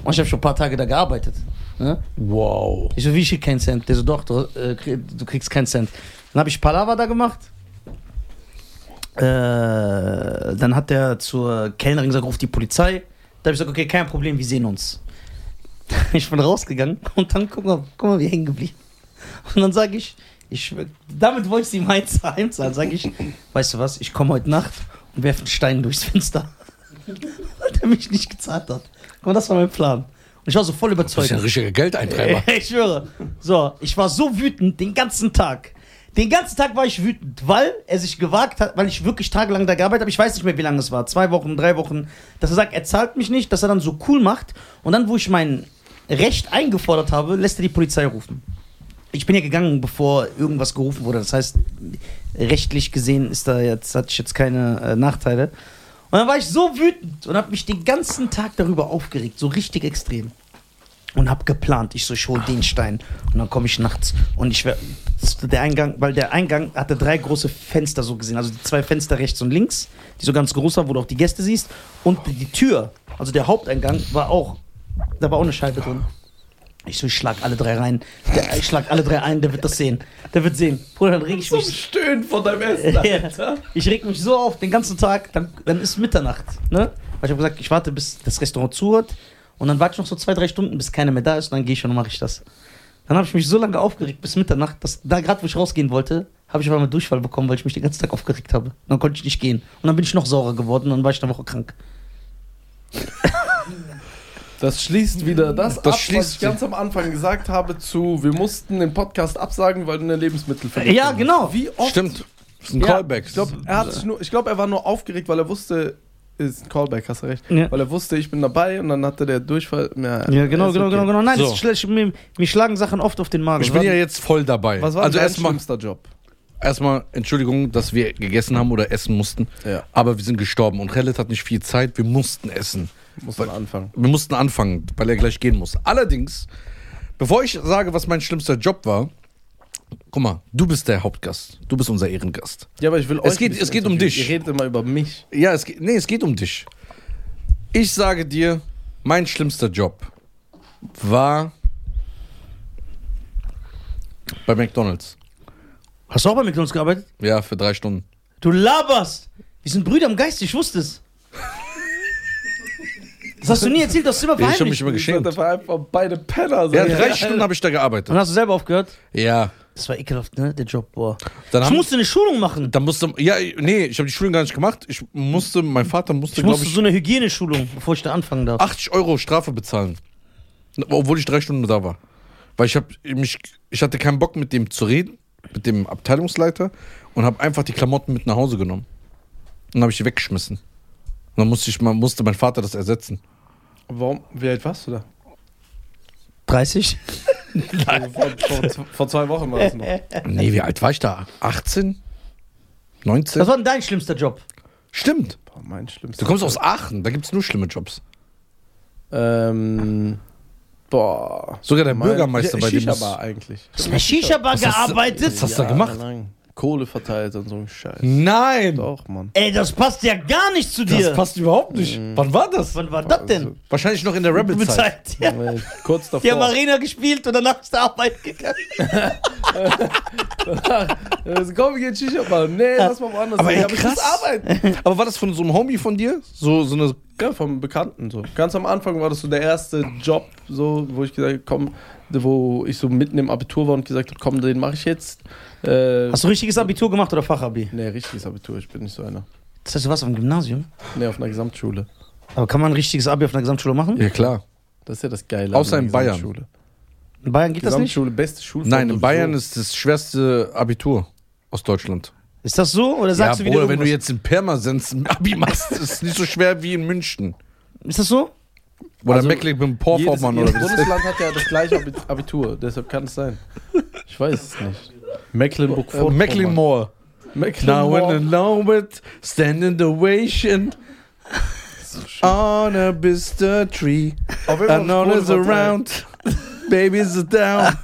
Speaker 2: Und ich habe schon ein paar Tage da gearbeitet. Ne?
Speaker 1: Wow.
Speaker 2: Ich so, wie ich krieg keinen Cent? Der so, doch, du, äh, krieg, du kriegst keinen Cent. Dann habe ich Palaver da gemacht. Äh, dann hat der zur Kellnerin gesagt, ruft die Polizei. Da habe ich gesagt, okay, kein Problem, wir sehen uns. Ich bin rausgegangen und dann guck mal, guck mal wie hängen geblieben. Und dann sage ich, ich, schwör- damit wollte ich sie meins heimzahlen. Sage ich, weißt du was, ich komme heute Nacht und werfe einen Stein durchs Fenster. Weil der mich nicht gezahlt hat. Guck mal, das war mein Plan. Und ich war so voll
Speaker 1: Das
Speaker 2: überzeugt.
Speaker 1: ist ja ein richtiger Geldeintreiber.
Speaker 2: Ich schwöre. So, ich war so wütend den ganzen Tag. Den ganzen Tag war ich wütend, weil er sich gewagt hat, weil ich wirklich tagelang da gearbeitet habe. Ich weiß nicht mehr, wie lange es war. Zwei Wochen, drei Wochen. Dass er sagt, er zahlt mich nicht, dass er dann so cool macht. Und dann, wo ich mein Recht eingefordert habe, lässt er die Polizei rufen. Ich bin ja gegangen, bevor irgendwas gerufen wurde. Das heißt, rechtlich gesehen ist da jetzt, hatte ich jetzt keine äh, Nachteile. Und dann war ich so wütend und habe mich den ganzen Tag darüber aufgeregt. So richtig extrem und hab geplant, ich so, ich hol den Stein und dann komme ich nachts und ich wär, der Eingang, weil der Eingang hatte drei große Fenster so gesehen, also die zwei Fenster rechts und links, die so ganz groß waren, wo du auch die Gäste siehst und die Tür, also der Haupteingang war auch, da war auch eine Scheibe drin. Ich so, ich schlag alle drei rein, der, ich schlag alle drei ein, der wird das sehen, der wird sehen. Bruder, dann reg ich
Speaker 3: Zum
Speaker 2: mich
Speaker 3: Stöhnen von deinem Essen, Alter.
Speaker 2: ich reg mich so auf den ganzen Tag, dann, dann ist Mitternacht. Ne? Weil ich habe gesagt, ich warte, bis das Restaurant zu hat. Und dann warte ich noch so zwei, drei Stunden, bis keiner mehr da ist. Und dann gehe ich und dann mache ich das. Dann habe ich mich so lange aufgeregt bis Mitternacht, dass da gerade, wo ich rausgehen wollte, habe ich auf einmal Durchfall bekommen, weil ich mich den ganzen Tag aufgeregt habe. Und dann konnte ich nicht gehen. Und dann bin ich noch saurer geworden und dann war ich eine Woche krank.
Speaker 3: Das schließt wieder das,
Speaker 1: Das
Speaker 3: ab, was
Speaker 1: schließt-
Speaker 3: ich ganz am Anfang gesagt habe zu, wir mussten den Podcast absagen, weil du eine Lebensmittelvergiftung
Speaker 2: Ja, genau.
Speaker 3: Wie oft?
Speaker 1: Stimmt. Das ist ein
Speaker 3: Ja,
Speaker 1: Callback.
Speaker 3: Ich glaube, er, hat sich nur- ich glaub, er war nur aufgeregt, weil er wusste, äh, ist ein Callback, hast du recht.
Speaker 2: Ja.
Speaker 3: Weil er wusste, ich bin dabei und dann hatte der Durchfall. Ja,
Speaker 2: Ja, genau,
Speaker 3: ist
Speaker 2: genau,
Speaker 3: okay.
Speaker 2: genau, genau. Nein,
Speaker 1: So.
Speaker 2: das ist schlecht. Mir, mir schlagen Sachen oft auf den Magen.
Speaker 1: ich bin ja jetzt voll dabei.
Speaker 3: Was war
Speaker 1: also
Speaker 3: dein
Speaker 1: erstmal,
Speaker 3: schlimmster Job?
Speaker 1: erstmal Entschuldigung, dass wir gegessen haben oder essen mussten.
Speaker 3: Ja.
Speaker 1: Aber wir sind gestorben und Rellet hat nicht viel Zeit. Wir mussten essen.
Speaker 3: Muss man anfangen.
Speaker 1: Wir mussten anfangen, weil er gleich gehen muss. Allerdings, bevor ich sage, was mein schlimmster Job war, guck mal, du bist der Hauptgast. Du bist unser Ehrengast.
Speaker 3: Ja, aber ich will
Speaker 1: Es
Speaker 3: euch
Speaker 1: geht-
Speaker 3: nicht
Speaker 1: es geht um
Speaker 3: interviewen.
Speaker 1: dich.
Speaker 3: Ihr redet immer über mich.
Speaker 1: Ja, es geht, nee, es geht um dich. Ich sage dir, mein schlimmster Job war bei McDonalds.
Speaker 2: Hast du auch bei McDonalds gearbeitet?
Speaker 1: Ja, für drei Stunden.
Speaker 2: Du laberst! Wir sind Brüder im Geist, ich wusste es. Das hast du nie erzählt, das ist immer
Speaker 1: Ich habe
Speaker 2: verheimlicht.
Speaker 1: mich immer
Speaker 3: Ihr
Speaker 1: geschämt.
Speaker 3: seid einfach beide Penner.
Speaker 1: Ja,
Speaker 3: seid ihr.
Speaker 1: drei Stunden habe ich da gearbeitet.
Speaker 2: Und hast du selber aufgehört?
Speaker 1: Ja.
Speaker 2: Das war ekelhaft, ne? Der Job, boah.
Speaker 1: Dann
Speaker 2: ich
Speaker 1: haben,
Speaker 2: musste eine Schulung machen.
Speaker 1: dann musste, ja, nee, ich habe die Schulen gar nicht gemacht. Ich musste, mein Vater musste,
Speaker 2: Ich
Speaker 1: glaube
Speaker 2: musste
Speaker 1: ich,
Speaker 2: so eine Hygieneschulung, bevor ich da anfangen darf.
Speaker 1: 80 Euro Strafe bezahlen. Obwohl ich drei Stunden da war. Weil ich, hab mich, ich hatte keinen Bock, mit dem zu reden, mit dem Abteilungsleiter, und habe einfach die Klamotten mit nach Hause genommen. Und habe ich die weggeschmissen. Und dann musste, ich, mal- musste mein Vater das ersetzen.
Speaker 3: Warum? Wie alt warst du da?
Speaker 2: 30?
Speaker 3: Also vor, vor, vor zwei Wochen war das noch.
Speaker 1: Nee, wie alt war ich da? Also- 18? 19?
Speaker 2: Was war denn dein schlimmster Job?
Speaker 1: Stimmt.
Speaker 3: Boah, mein schlimmster.
Speaker 1: Du kommst aus Aachen, da gibt es nur schlimme Jobs.
Speaker 3: Ähm. Boah.
Speaker 1: Sogar der Bürgermeister bei dem.
Speaker 3: Shisha-Bar eigentlich.
Speaker 2: Hast du in der Shisha-Bar
Speaker 1: Was hast du-
Speaker 2: gearbeitet?
Speaker 1: was hast du da gemacht? Hm.
Speaker 3: Jahrelang. Kohle verteilt und so ein Scheiß.
Speaker 1: Nein!
Speaker 3: Doch, Mann.
Speaker 2: Ey, das passt ja gar nicht zu dir.
Speaker 1: Das passt überhaupt nicht. Wann war das?
Speaker 2: Wann war das denn?
Speaker 1: Mhm. Wahrscheinlich noch in der Rebel-Zeit.
Speaker 2: Zeit. Ja.
Speaker 3: Äh, Kurz davor.
Speaker 2: Die haben Arena gespielt und danach ist der Arbeit gegangen.
Speaker 3: Äh, Komm, wir gehen Shisha-Bar. Nee, lass mal woanders.
Speaker 1: Aber
Speaker 3: hin.
Speaker 1: ey,
Speaker 3: ich muss
Speaker 1: krass.
Speaker 3: arbeiten.
Speaker 1: Aber war das von so einem Homie von dir? So, so eine.
Speaker 3: Ja, vom Bekannten so. Ganz am Anfang war das so der erste Job, so, wo ich gesagt habe, komm, wo ich so mitten im Abitur war und gesagt habe, komm, den mache ich jetzt. Äh,
Speaker 2: Hast du richtiges Abitur gemacht oder Fachabi?
Speaker 3: nee, richtiges Abitur, ich bin nicht so einer.
Speaker 2: Das heißt, du warst am Gymnasium.
Speaker 3: Nee, auf einer Gesamtschule.
Speaker 2: Aber kann man ein richtiges Abi auf einer Gesamtschule machen?
Speaker 1: Ja, klar.
Speaker 3: Das ist ja das Geile.
Speaker 1: Außer
Speaker 3: an
Speaker 1: in
Speaker 3: der
Speaker 1: Bayern.
Speaker 3: Gesamtschule.
Speaker 2: In Bayern geht das nicht.
Speaker 3: Gesamtschule, beste Schule.
Speaker 1: Nein, in Bayern ist das schwerste Abitur aus Deutschland.
Speaker 2: Ist das so? Oder sagst
Speaker 1: ja,
Speaker 2: du wieder
Speaker 1: Bruder, wenn du
Speaker 2: irgendwas?
Speaker 1: jetzt in Pirmasens ein Abi machst, ist es nicht so schwer wie in München.
Speaker 2: Ist das so?
Speaker 1: Oder
Speaker 3: Also, jedes,
Speaker 1: Mecklenburg-Vorpommern
Speaker 3: jedes
Speaker 1: oder so.
Speaker 3: Bundesland hat ja das gleiche Abi- Abitur, deshalb kann es sein. Ich weiß es nicht. Mecklenburg-Vorpommern.
Speaker 1: Mecklenburg. Now when I
Speaker 3: Mecklenburg.
Speaker 1: know it, stand in the ovation. On a bister tree.
Speaker 3: Auf jeden Fall
Speaker 1: And all
Speaker 3: Kohle
Speaker 1: is
Speaker 3: verteilt.
Speaker 1: around. Babies are down.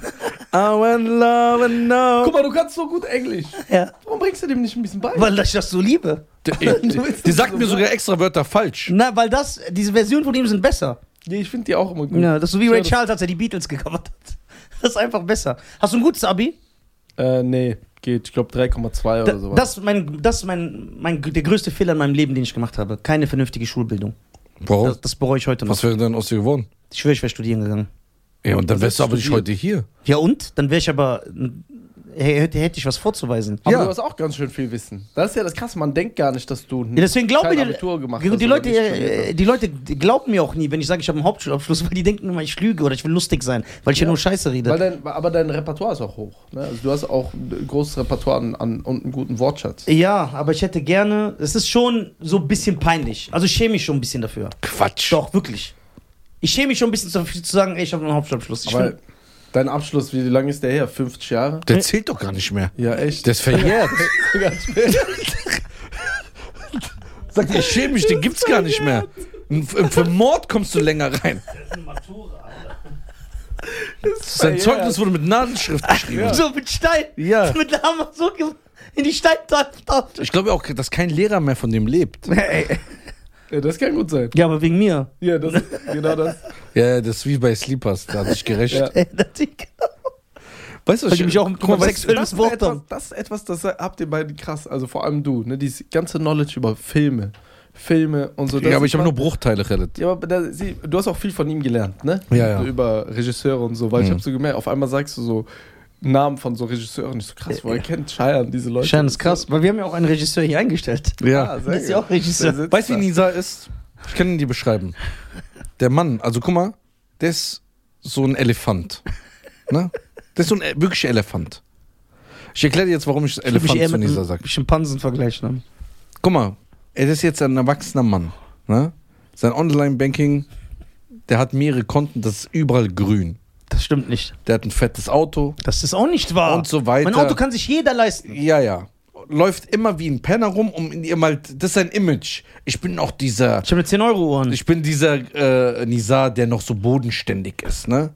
Speaker 1: I want love and know.
Speaker 3: Guck mal, du kannst so gut Englisch.
Speaker 2: Ja.
Speaker 3: Warum bringst du dem nicht ein bisschen bei?
Speaker 2: Weil ich das so liebe.
Speaker 1: Die sagt mir sogar extra Wörter falsch.
Speaker 2: Na, weil das, diese Versionen von ihm sind besser.
Speaker 3: Nee, ich finde die auch immer gut.
Speaker 2: Ja, das ist so wie
Speaker 3: Ja,
Speaker 2: Ray
Speaker 3: das-
Speaker 2: Charles, als er die Beatles gecovert hat. Das ist einfach besser. Hast du ein gutes Abi?
Speaker 3: Äh, nee, geht. Ich glaube 3,2
Speaker 2: Da,
Speaker 3: oder sowas.
Speaker 2: das ist, mein, das ist mein, mein, der größte Fehler in meinem Leben, den ich gemacht habe. Keine vernünftige Schulbildung.
Speaker 1: Bro,
Speaker 2: Das, das bereue ich heute noch.
Speaker 1: Oh. was wäre denn aus dir geworden?
Speaker 2: Ich schwöre, ich wäre studieren gegangen.
Speaker 1: Ja, und dann
Speaker 3: Das
Speaker 1: wärst du aber nicht
Speaker 3: studiert.
Speaker 1: heute hier.
Speaker 2: Ja und? Dann wäre ich aber, hätte, hätte ich was vorzuweisen.
Speaker 3: aber
Speaker 1: ja.
Speaker 3: du hast auch ganz schön viel Wissen. Das ist ja das Krasse, man denkt gar nicht, dass du
Speaker 2: Ja, deswegen glauben
Speaker 3: kein
Speaker 2: mir
Speaker 3: Abitur gemacht
Speaker 2: die,
Speaker 3: hast
Speaker 2: die,
Speaker 3: oder
Speaker 2: Leute,
Speaker 3: nicht studiert
Speaker 2: äh, die Leute glauben mir auch nie, wenn ich sage, ich habe einen Hauptschulabschluss, weil die denken immer, ich lüge oder ich will lustig sein, weil ich ja, nur Scheiße
Speaker 3: hast. Weil
Speaker 2: rede.
Speaker 3: dein, aber dein Repertoire ist auch hoch. Ne? Also du hast auch ein großes Repertoire an, an, und einen guten Wortschatz.
Speaker 2: Ja, aber ich hätte gerne, es ist schon so ein bisschen peinlich. Also ich schäme mich schon ein bisschen dafür.
Speaker 1: Quatsch.
Speaker 2: Doch, wirklich. Ich schäme mich schon ein bisschen dafür zu sagen, ey, ich habe einen Hauptschulabschluss. Ich
Speaker 3: Aber
Speaker 2: bin-
Speaker 3: dein Abschluss, wie lange ist der her? 50 Jahre?
Speaker 1: Der zählt doch gar nicht mehr.
Speaker 3: Ja, echt.
Speaker 1: Der ist verjährt.
Speaker 3: Ganz spät.
Speaker 1: Sagt, ich schäme mich, den gibt's gar nicht mehr. Und Für für Mord kommst du länger rein.
Speaker 4: Matura, Alter.
Speaker 1: Sein Zeugnis wurde mit Nadelschrift geschrieben.
Speaker 2: so mit Stein.
Speaker 1: Ja.
Speaker 2: Mit der Hammer so ge- in die Steintafel.
Speaker 1: Ich glaube auch, dass kein Lehrer mehr von dem lebt.
Speaker 3: ja, das kann gut sein.
Speaker 2: Ja, aber wegen mir.
Speaker 3: Ja, das, genau das.
Speaker 1: Ja, das ist wie bei Sleepers, da hat ich gerecht.
Speaker 3: Ja.
Speaker 2: Ey, das Ding.
Speaker 1: Weißt du,
Speaker 2: Weil die mich auch mit
Speaker 3: Guck mal, weißt du,
Speaker 2: sexuellem
Speaker 3: das, ist
Speaker 2: Wort
Speaker 3: etwas,
Speaker 2: haben.
Speaker 3: das ist etwas, das habt ihr beide krass. Also vor allem du, ne? Dieses ganze Knowledge über Filme, Filme und so. das
Speaker 1: ja, aber ich
Speaker 3: ist
Speaker 1: habe
Speaker 3: mal-
Speaker 1: nur Bruchteile relativ.
Speaker 3: Ja, aber da, sie, du hast auch viel von ihm gelernt, ne?
Speaker 1: Ja, ja.
Speaker 3: So über Regisseure und so, weil ich
Speaker 1: Mhm.
Speaker 3: habe so gemerkt, auf einmal sagst du so Namen von so Regisseuren. Ich so krass, woher kennt Scheiern diese Leute?
Speaker 2: Schein ist krass, weil wir haben ja auch einen Regisseur hier eingestellt.
Speaker 1: Ja.
Speaker 3: sehr
Speaker 2: Das ist ja
Speaker 3: geil.
Speaker 2: auch Regisseur.
Speaker 3: Der sitzt
Speaker 1: Weißt du,
Speaker 3: da.
Speaker 1: wie Nisa ist? Ich kann ihn dir beschreiben. Der Mann, also guck mal, der ist so ein Elefant. Ne? Der ist so ein e- wirklicher Elefant. Ich erkläre dir jetzt, warum ich
Speaker 2: Ich würd mich
Speaker 1: Elefant
Speaker 2: eher
Speaker 1: zu
Speaker 2: mit
Speaker 1: Nisa
Speaker 2: einem
Speaker 1: sage.
Speaker 2: Schimpansen vergleichen. Ne?
Speaker 1: Guck mal, er ist jetzt ein erwachsener Mann. Ne? Sein Online-Banking, der hat mehrere Konten, das ist überall grün.
Speaker 2: Das stimmt nicht.
Speaker 1: Der hat ein fettes Auto
Speaker 2: Das ist auch nicht wahr.
Speaker 1: und so weiter.
Speaker 2: mein Auto kann sich jeder leisten.
Speaker 1: Ja, ja. Läuft immer wie ein Penner rum, um in ihr mal. Das ist sein Image. Ich bin auch dieser.
Speaker 2: Ich habe eine 10 Euro Uhren.
Speaker 1: Ich bin dieser äh, Nizar, der noch so bodenständig ist, ne?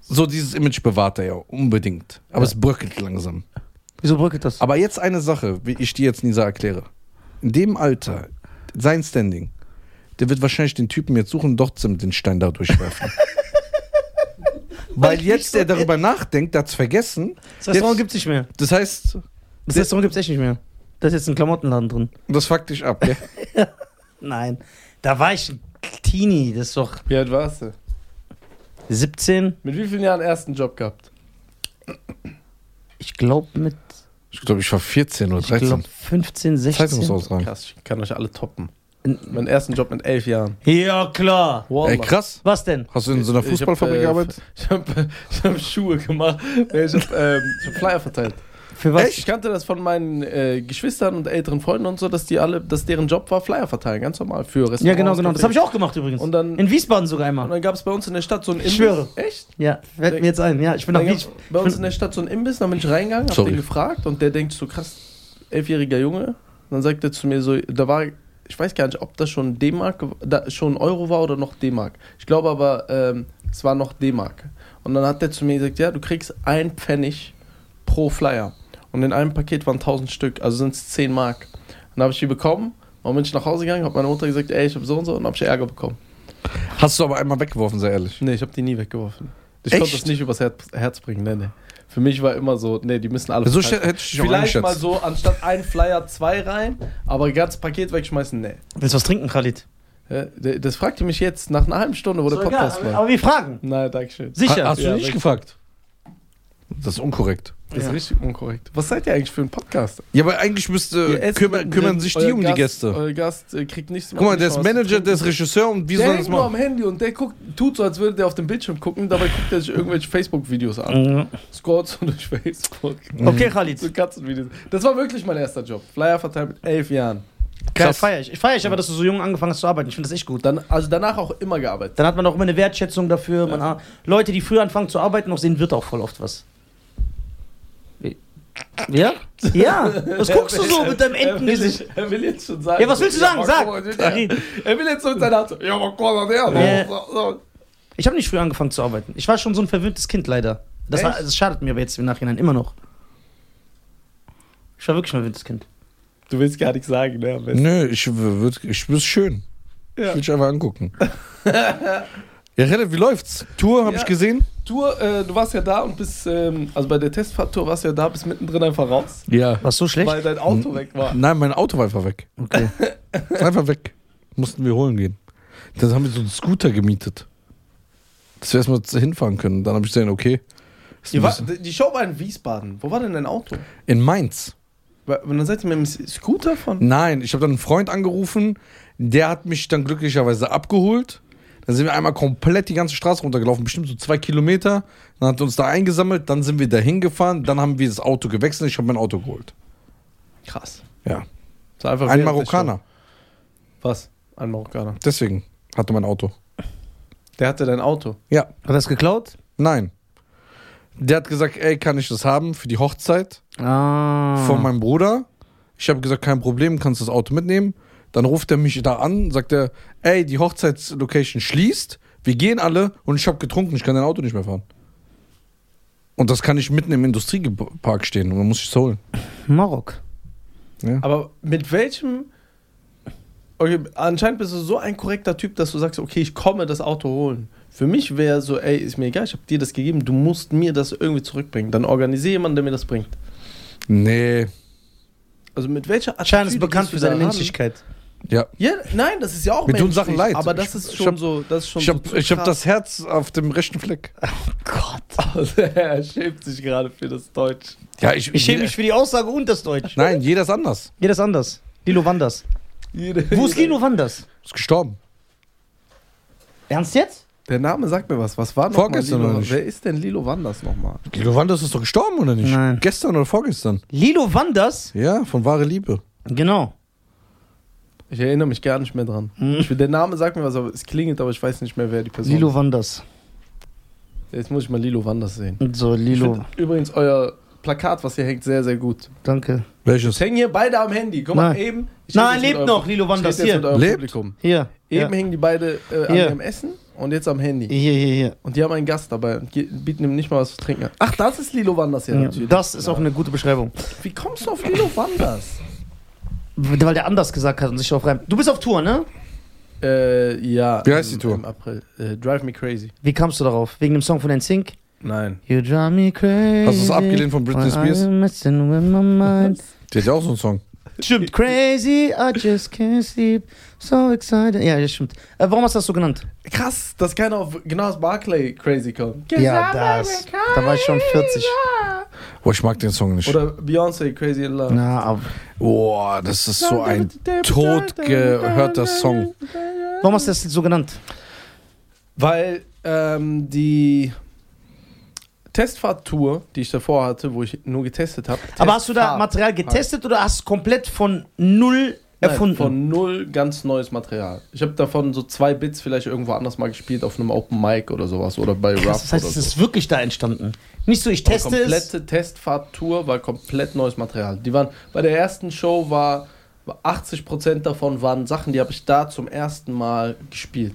Speaker 1: So dieses Image bewahrt er ja unbedingt. Aber es bröckelt langsam.
Speaker 2: Wieso bröckelt das?
Speaker 1: Aber jetzt eine Sache, wie ich dir jetzt Nisa erkläre. In dem Alter, sein Standing, der wird wahrscheinlich den Typen jetzt suchen und trotzdem den Stein da durchwerfen. Weil
Speaker 2: ich nicht
Speaker 1: jetzt
Speaker 2: so
Speaker 1: er darüber nachdenkt, der hat's vergessen.
Speaker 2: das
Speaker 1: jetzt-
Speaker 2: Restaurant gibt's nicht mehr.
Speaker 1: Das heißt,
Speaker 2: Das Restaurant gibt's echt nicht mehr. Da ist jetzt ein Klamottenladen drin.
Speaker 1: das fuckt dich ab, gell?
Speaker 2: Nein. Da war ich ein Teenie. Das ist doch
Speaker 3: Wie alt warst du?
Speaker 2: 17.
Speaker 3: Mit wie vielen Jahren ersten Job gehabt?
Speaker 2: Ich glaube mit.
Speaker 1: Ich glaube, ich war 14 oder
Speaker 2: Ich glaube
Speaker 1: 13.
Speaker 2: 15, 16.
Speaker 1: Zeitungsaustragen.
Speaker 3: Krass, ich kann euch alle toppen. Meinen ersten Job mit elf Jahren.
Speaker 2: Ja, klar.
Speaker 3: Wallah.
Speaker 1: Ey, krass.
Speaker 2: Was denn?
Speaker 1: Hast du in so einer
Speaker 3: Ich- ich hab,
Speaker 1: Fußballfabrik
Speaker 3: äh,
Speaker 1: gearbeitet?
Speaker 3: Ich habe ich hab Schuhe gemacht. Nee, Ich habe ähm, ich hab Flyer verteilt.
Speaker 2: Für was?
Speaker 3: Ich kannte das von meinen äh, Geschwistern und älteren Freunden und so, dass die alle, dass deren Job war, Flyer verteilen, ganz normal für Restaurants.
Speaker 2: Ja, genau, genau. Das habe ich
Speaker 3: auch.
Speaker 2: auch gemacht übrigens.
Speaker 3: Und dann,
Speaker 2: In Wiesbaden sogar
Speaker 3: und
Speaker 2: einmal.
Speaker 3: dann gab es bei uns in der Stadt so ein Imbiss.
Speaker 2: schwöre.
Speaker 3: Echt?
Speaker 2: Ja, fällt mir jetzt ein. Ja, ich bin nach
Speaker 3: Dann gab's
Speaker 2: Wies
Speaker 3: bei uns in der Stadt so ein Imbiss, dann bin ich reingegangen, hab
Speaker 1: Sorry.
Speaker 3: den gefragt und der denkt so krass, elfjähriger Junge. Und dann sagt er zu mir so, da war, ich weiß gar nicht, ob das schon D-Mark, gew- da- schon Euro war oder noch D-Mark. Ich glaube aber, ähm, es war noch D-Mark. Und dann hat der zu mir gesagt, ja, du kriegst ein Pfennig pro Flyer. Und in einem Paket waren 1000 Stück, also sind es 10 Mark. Dann habe ich die bekommen, dann bin ich nach Hause gegangen, habe meiner Mutter gesagt, ey, ich habe so und so und habe ich Ärger bekommen.
Speaker 1: Hast du aber einmal weggeworfen, sehr ehrlich.
Speaker 3: Nee, ich habe die nie weggeworfen. Ich
Speaker 1: Echt?
Speaker 3: konnte das nicht übers Herz, Herz bringen, nee, nee. Für mich war immer so, nee, die müssen alle
Speaker 1: Also So
Speaker 3: verteilt
Speaker 1: ste- hätte ich dich auch
Speaker 3: Vielleicht
Speaker 1: eingeschätzt.
Speaker 3: mal so, anstatt ein Flyer zwei rein, aber ganz Paket wegschmeißen, nee.
Speaker 2: Willst du was trinken, Khalid?
Speaker 3: Äh, d- Das fragte mich jetzt nach einer halben Stunde, wo der Podcast
Speaker 2: aber,
Speaker 3: war.
Speaker 2: aber wir fragen.
Speaker 3: Nein, danke schön.
Speaker 2: Sicher.
Speaker 1: Ha- Hast
Speaker 3: Ja,
Speaker 1: du nicht
Speaker 3: richtig.
Speaker 1: gefragt? Das ist unkorrekt.
Speaker 3: Das ist
Speaker 2: Ja.
Speaker 3: richtig unkorrekt. Was seid ihr eigentlich für ein Podcast?
Speaker 1: Ja, aber eigentlich
Speaker 3: Ihr
Speaker 1: müsste
Speaker 3: esst
Speaker 1: Äh, kümmern,
Speaker 3: mittendrin,
Speaker 1: kümmern sich die
Speaker 3: euer
Speaker 1: um
Speaker 3: Gast,
Speaker 1: die Gäste.
Speaker 3: Euer Gast äh, kriegt nichts
Speaker 1: Guck mal, der ist Manager, der ist Regisseur und wie
Speaker 3: der
Speaker 1: soll
Speaker 3: hängt
Speaker 1: das
Speaker 3: nur am
Speaker 1: machen?
Speaker 3: Handy und der guckt, tut so, als würde der auf dem Bildschirm gucken, dabei guckt er sich irgendwelche Facebook-Videos an.
Speaker 2: Mhm.
Speaker 3: Scrollt so durch Facebook.
Speaker 2: Okay,
Speaker 3: So
Speaker 2: Khalid.
Speaker 3: Katzenvideos. Das war wirklich mein erster Job. Flyer verteilt mit elf Jahren.
Speaker 2: Geil,
Speaker 1: Krass.
Speaker 2: feier ich. Ich feier ich aber, dass du so jung angefangen hast zu arbeiten. Ich finde das echt gut.
Speaker 3: Dann, also danach auch immer gearbeitet.
Speaker 2: Dann hat man auch immer eine Wertschätzung dafür. Man, ah, Leute, die früh anfangen zu arbeiten, noch sehen, wird auch voll oft was. Ja? Ja. Was guckst du so mit deinem
Speaker 3: Er will,
Speaker 2: Entengesicht?
Speaker 3: nicht- er will jetzt schon sagen.
Speaker 2: Ja, was willst du sagen?
Speaker 3: aber
Speaker 2: Sag!
Speaker 3: guck mal, Er will jetzt so mit seiner Hand so, ja, aber guck mal, der.
Speaker 2: Ja.
Speaker 3: So, so.
Speaker 2: Ich habe nicht früh angefangen zu arbeiten. Ich war schon so ein verwöhntes Kind leider. Das,
Speaker 3: Echt?
Speaker 2: war, das schadet mir aber jetzt im Nachhinein immer noch. Ich war wirklich ein verwöhntes Kind.
Speaker 3: Du willst gar nichts sagen, ne? am besten.
Speaker 1: Nö, ich würde ich es schön. Ich
Speaker 3: Ja.
Speaker 1: will dich einfach angucken. ja, Relle, wie läuft's? Tour habe
Speaker 3: Ja.
Speaker 1: ich gesehen?
Speaker 3: Tour, äh, du warst ja da und bist, ähm, also bei der Testfahrtour warst du ja da, bist mittendrin einfach raus,
Speaker 1: Ja.
Speaker 2: War so schlecht?
Speaker 3: weil dein Auto weg war.
Speaker 2: Hm.
Speaker 1: Nein, mein Auto war einfach weg.
Speaker 2: Okay.
Speaker 1: Einfach weg. Mussten wir holen gehen. Dann haben wir so einen Scooter gemietet. Dass wir erstmal hinfahren können. Dann habe ich gesehen, okay. ist ein
Speaker 3: Ihr war,
Speaker 1: bisschen-
Speaker 3: die Show war in Wiesbaden. Wo war denn dein Auto?
Speaker 1: In Mainz.
Speaker 3: Wa- Und dann seid ihr mit dem Scooter von.
Speaker 1: Nein, ich habe dann einen Freund angerufen, der hat mich dann glücklicherweise abgeholt. Dann sind wir einmal komplett die ganze Straße runtergelaufen, bestimmt so zwei Kilometer. Dann hat er uns da eingesammelt, dann sind wir da hingefahren, dann haben wir das Auto gewechselt, ich habe mein Auto geholt.
Speaker 3: Krass.
Speaker 1: Ja.
Speaker 3: Das war einfach
Speaker 1: Ein
Speaker 3: während der
Speaker 1: Marokkaner,
Speaker 3: Show. Was? Ein Marokkaner.
Speaker 1: deswegen hatte mein Auto.
Speaker 3: Der hatte dein Auto.
Speaker 1: Ja,
Speaker 2: Hat das geklaut?
Speaker 1: nein. Der hat gesagt, ey, kann ich das haben für die Hochzeit
Speaker 2: Ah.
Speaker 1: von meinem Bruder? Ich habe gesagt, kein Problem, kannst das Auto mitnehmen. Dann ruft er mich da an, sagt er, ey, die Hochzeitslocation schließt, wir gehen alle und ich habe getrunken, ich kann dein Auto nicht mehr fahren. Und das kann ich mitten im Industriepark stehen und dann muss ich es holen.
Speaker 2: Marok.
Speaker 3: Aber mit welchem. Okay, anscheinend bist du so ein korrekter Typ, dass du sagst, okay, ich komme das Auto holen. Für mich wäre so, ey, ist mir egal, ich habe dir das gegeben, du musst mir das irgendwie zurückbringen. Dann organisiere jemanden, der mir das bringt.
Speaker 1: Nee,
Speaker 3: Also mit welcher
Speaker 2: Schein ist bekannt
Speaker 3: gehst du
Speaker 2: für seine
Speaker 3: da ran?
Speaker 2: Menschlichkeit.
Speaker 1: ja.
Speaker 3: Ja, nein, das ist ja auch
Speaker 1: Mir tun Sachen
Speaker 3: menschlich,
Speaker 1: leid.
Speaker 3: Aber das
Speaker 1: Ich-
Speaker 3: ist
Speaker 1: ich
Speaker 3: schon
Speaker 1: hab-
Speaker 3: so, das ist schon
Speaker 1: Ich habe
Speaker 3: so
Speaker 1: ich hab
Speaker 3: krass.
Speaker 1: das Herz auf dem rechten Fleck.
Speaker 2: Gott.
Speaker 3: Also, er schämt sich gerade für das Deutsch.
Speaker 1: Ja, ich,
Speaker 2: Ich schäme mich für die Aussage und das Deutsch.
Speaker 1: Nein, jeder ist anders.
Speaker 2: Jeder ist anders. Lilo Wanders.
Speaker 3: Jede,
Speaker 2: Wo ist Lilo Wanders?
Speaker 1: Ist gestorben.
Speaker 2: Ernst jetzt?
Speaker 3: Der Name sagt mir was. Was war noch
Speaker 1: Vorgestern
Speaker 3: mal
Speaker 1: oder
Speaker 3: Lilo?
Speaker 1: nicht?
Speaker 3: Wer ist denn Lilo Wanders nochmal?
Speaker 1: Guido Wanders ist doch gestorben, oder nicht?
Speaker 2: Nein.
Speaker 1: Gestern oder vorgestern.
Speaker 2: Lilo Wanders?
Speaker 1: Ja, von wahre Liebe.
Speaker 2: Genau.
Speaker 3: Ich erinnere mich gar nicht mehr dran. Ich, der Name sagt mir was, aber es klingelt, aber ich weiß nicht mehr, wer die Person
Speaker 2: Hm. Lilo Wanders.
Speaker 3: ist. Jetzt muss ich mal Lilo Wanders sehen.
Speaker 2: Und So,
Speaker 3: Ich
Speaker 2: Lilo.
Speaker 3: finde übrigens euer Plakat, was hier hängt, sehr, sehr gut.
Speaker 2: Danke.
Speaker 1: Welches?
Speaker 3: Es hängen hier beide am Handy. Guck mal,
Speaker 2: Nein.
Speaker 3: eben. ich rede
Speaker 2: Nein,
Speaker 3: jetzt mit
Speaker 2: lebt
Speaker 3: eurem-
Speaker 2: noch, Lilo
Speaker 3: ich rede
Speaker 2: Wanders.
Speaker 3: jetzt
Speaker 2: Hier.
Speaker 3: mit eurem
Speaker 1: Lebt?
Speaker 3: Publikum.
Speaker 2: Hier.
Speaker 3: Eben
Speaker 2: ja.
Speaker 3: hängen die beide äh, an
Speaker 2: Hier.
Speaker 3: ihrem Essen und jetzt am Handy.
Speaker 2: hier, hier, hier.
Speaker 3: Und die haben einen Gast dabei und ge- bieten ihm nicht mal was zu trinken. an. Ach, das ist Lilo Wanders ja
Speaker 2: Ja,
Speaker 3: natürlich. Genau.
Speaker 2: Das ist auch ne- eine gute Beschreibung.
Speaker 3: Wie kommst du auf Lilo Wanders?
Speaker 2: Weil der anders gesagt hat und sich darauf reimt. Du bist auf Tour, ne?
Speaker 3: äh, ja.
Speaker 1: Wie heißt die
Speaker 3: im-
Speaker 1: Tour?
Speaker 3: Im April. Äh, Drive Me Crazy.
Speaker 2: Wie kamst du darauf? Wegen dem Song von NSYNC?
Speaker 3: Nein.
Speaker 2: You drive me crazy.
Speaker 1: Hast du es abgelehnt von Britney
Speaker 2: when
Speaker 1: Spears?
Speaker 2: I'm messing with my mind.
Speaker 1: Der hat ja auch so einen Song.
Speaker 2: Stimmt. Crazy, I just can't sleep. So excited. Ja, das stimmt. Äh, warum hast du das so genannt?
Speaker 3: Krass, dass keiner auf genau aus Barclay Crazy kommt.
Speaker 2: Ja, das. Da war ich schon 40.
Speaker 1: Boah, ich mag den Song nicht.
Speaker 3: Oder Beyoncé, Crazy in Love.
Speaker 2: Na, aber
Speaker 1: Boah, das ist so ein totgehörter Song.
Speaker 2: warum hast du das so genannt?
Speaker 3: Weil ähm, die Testfahrttour, die ich davor hatte, wo ich nur getestet habe.
Speaker 2: Aber hast du da Material getestet oder hast du komplett von null erfunden?
Speaker 3: Nein, von null ganz neues Material. Ich habe davon so zwei Bits vielleicht irgendwo anders mal gespielt, auf einem Open Mic oder sowas. Oder bei Rough
Speaker 2: Krass, das heißt,
Speaker 3: oder
Speaker 2: es
Speaker 3: so.
Speaker 2: ist wirklich da entstanden. Nicht so, ich
Speaker 3: Die
Speaker 2: teste es.
Speaker 3: komplette Testfahrttour war komplett neues Material. Die waren bei der ersten Show war war 80 davon waren Sachen, die habe ich da zum ersten Mal gespielt.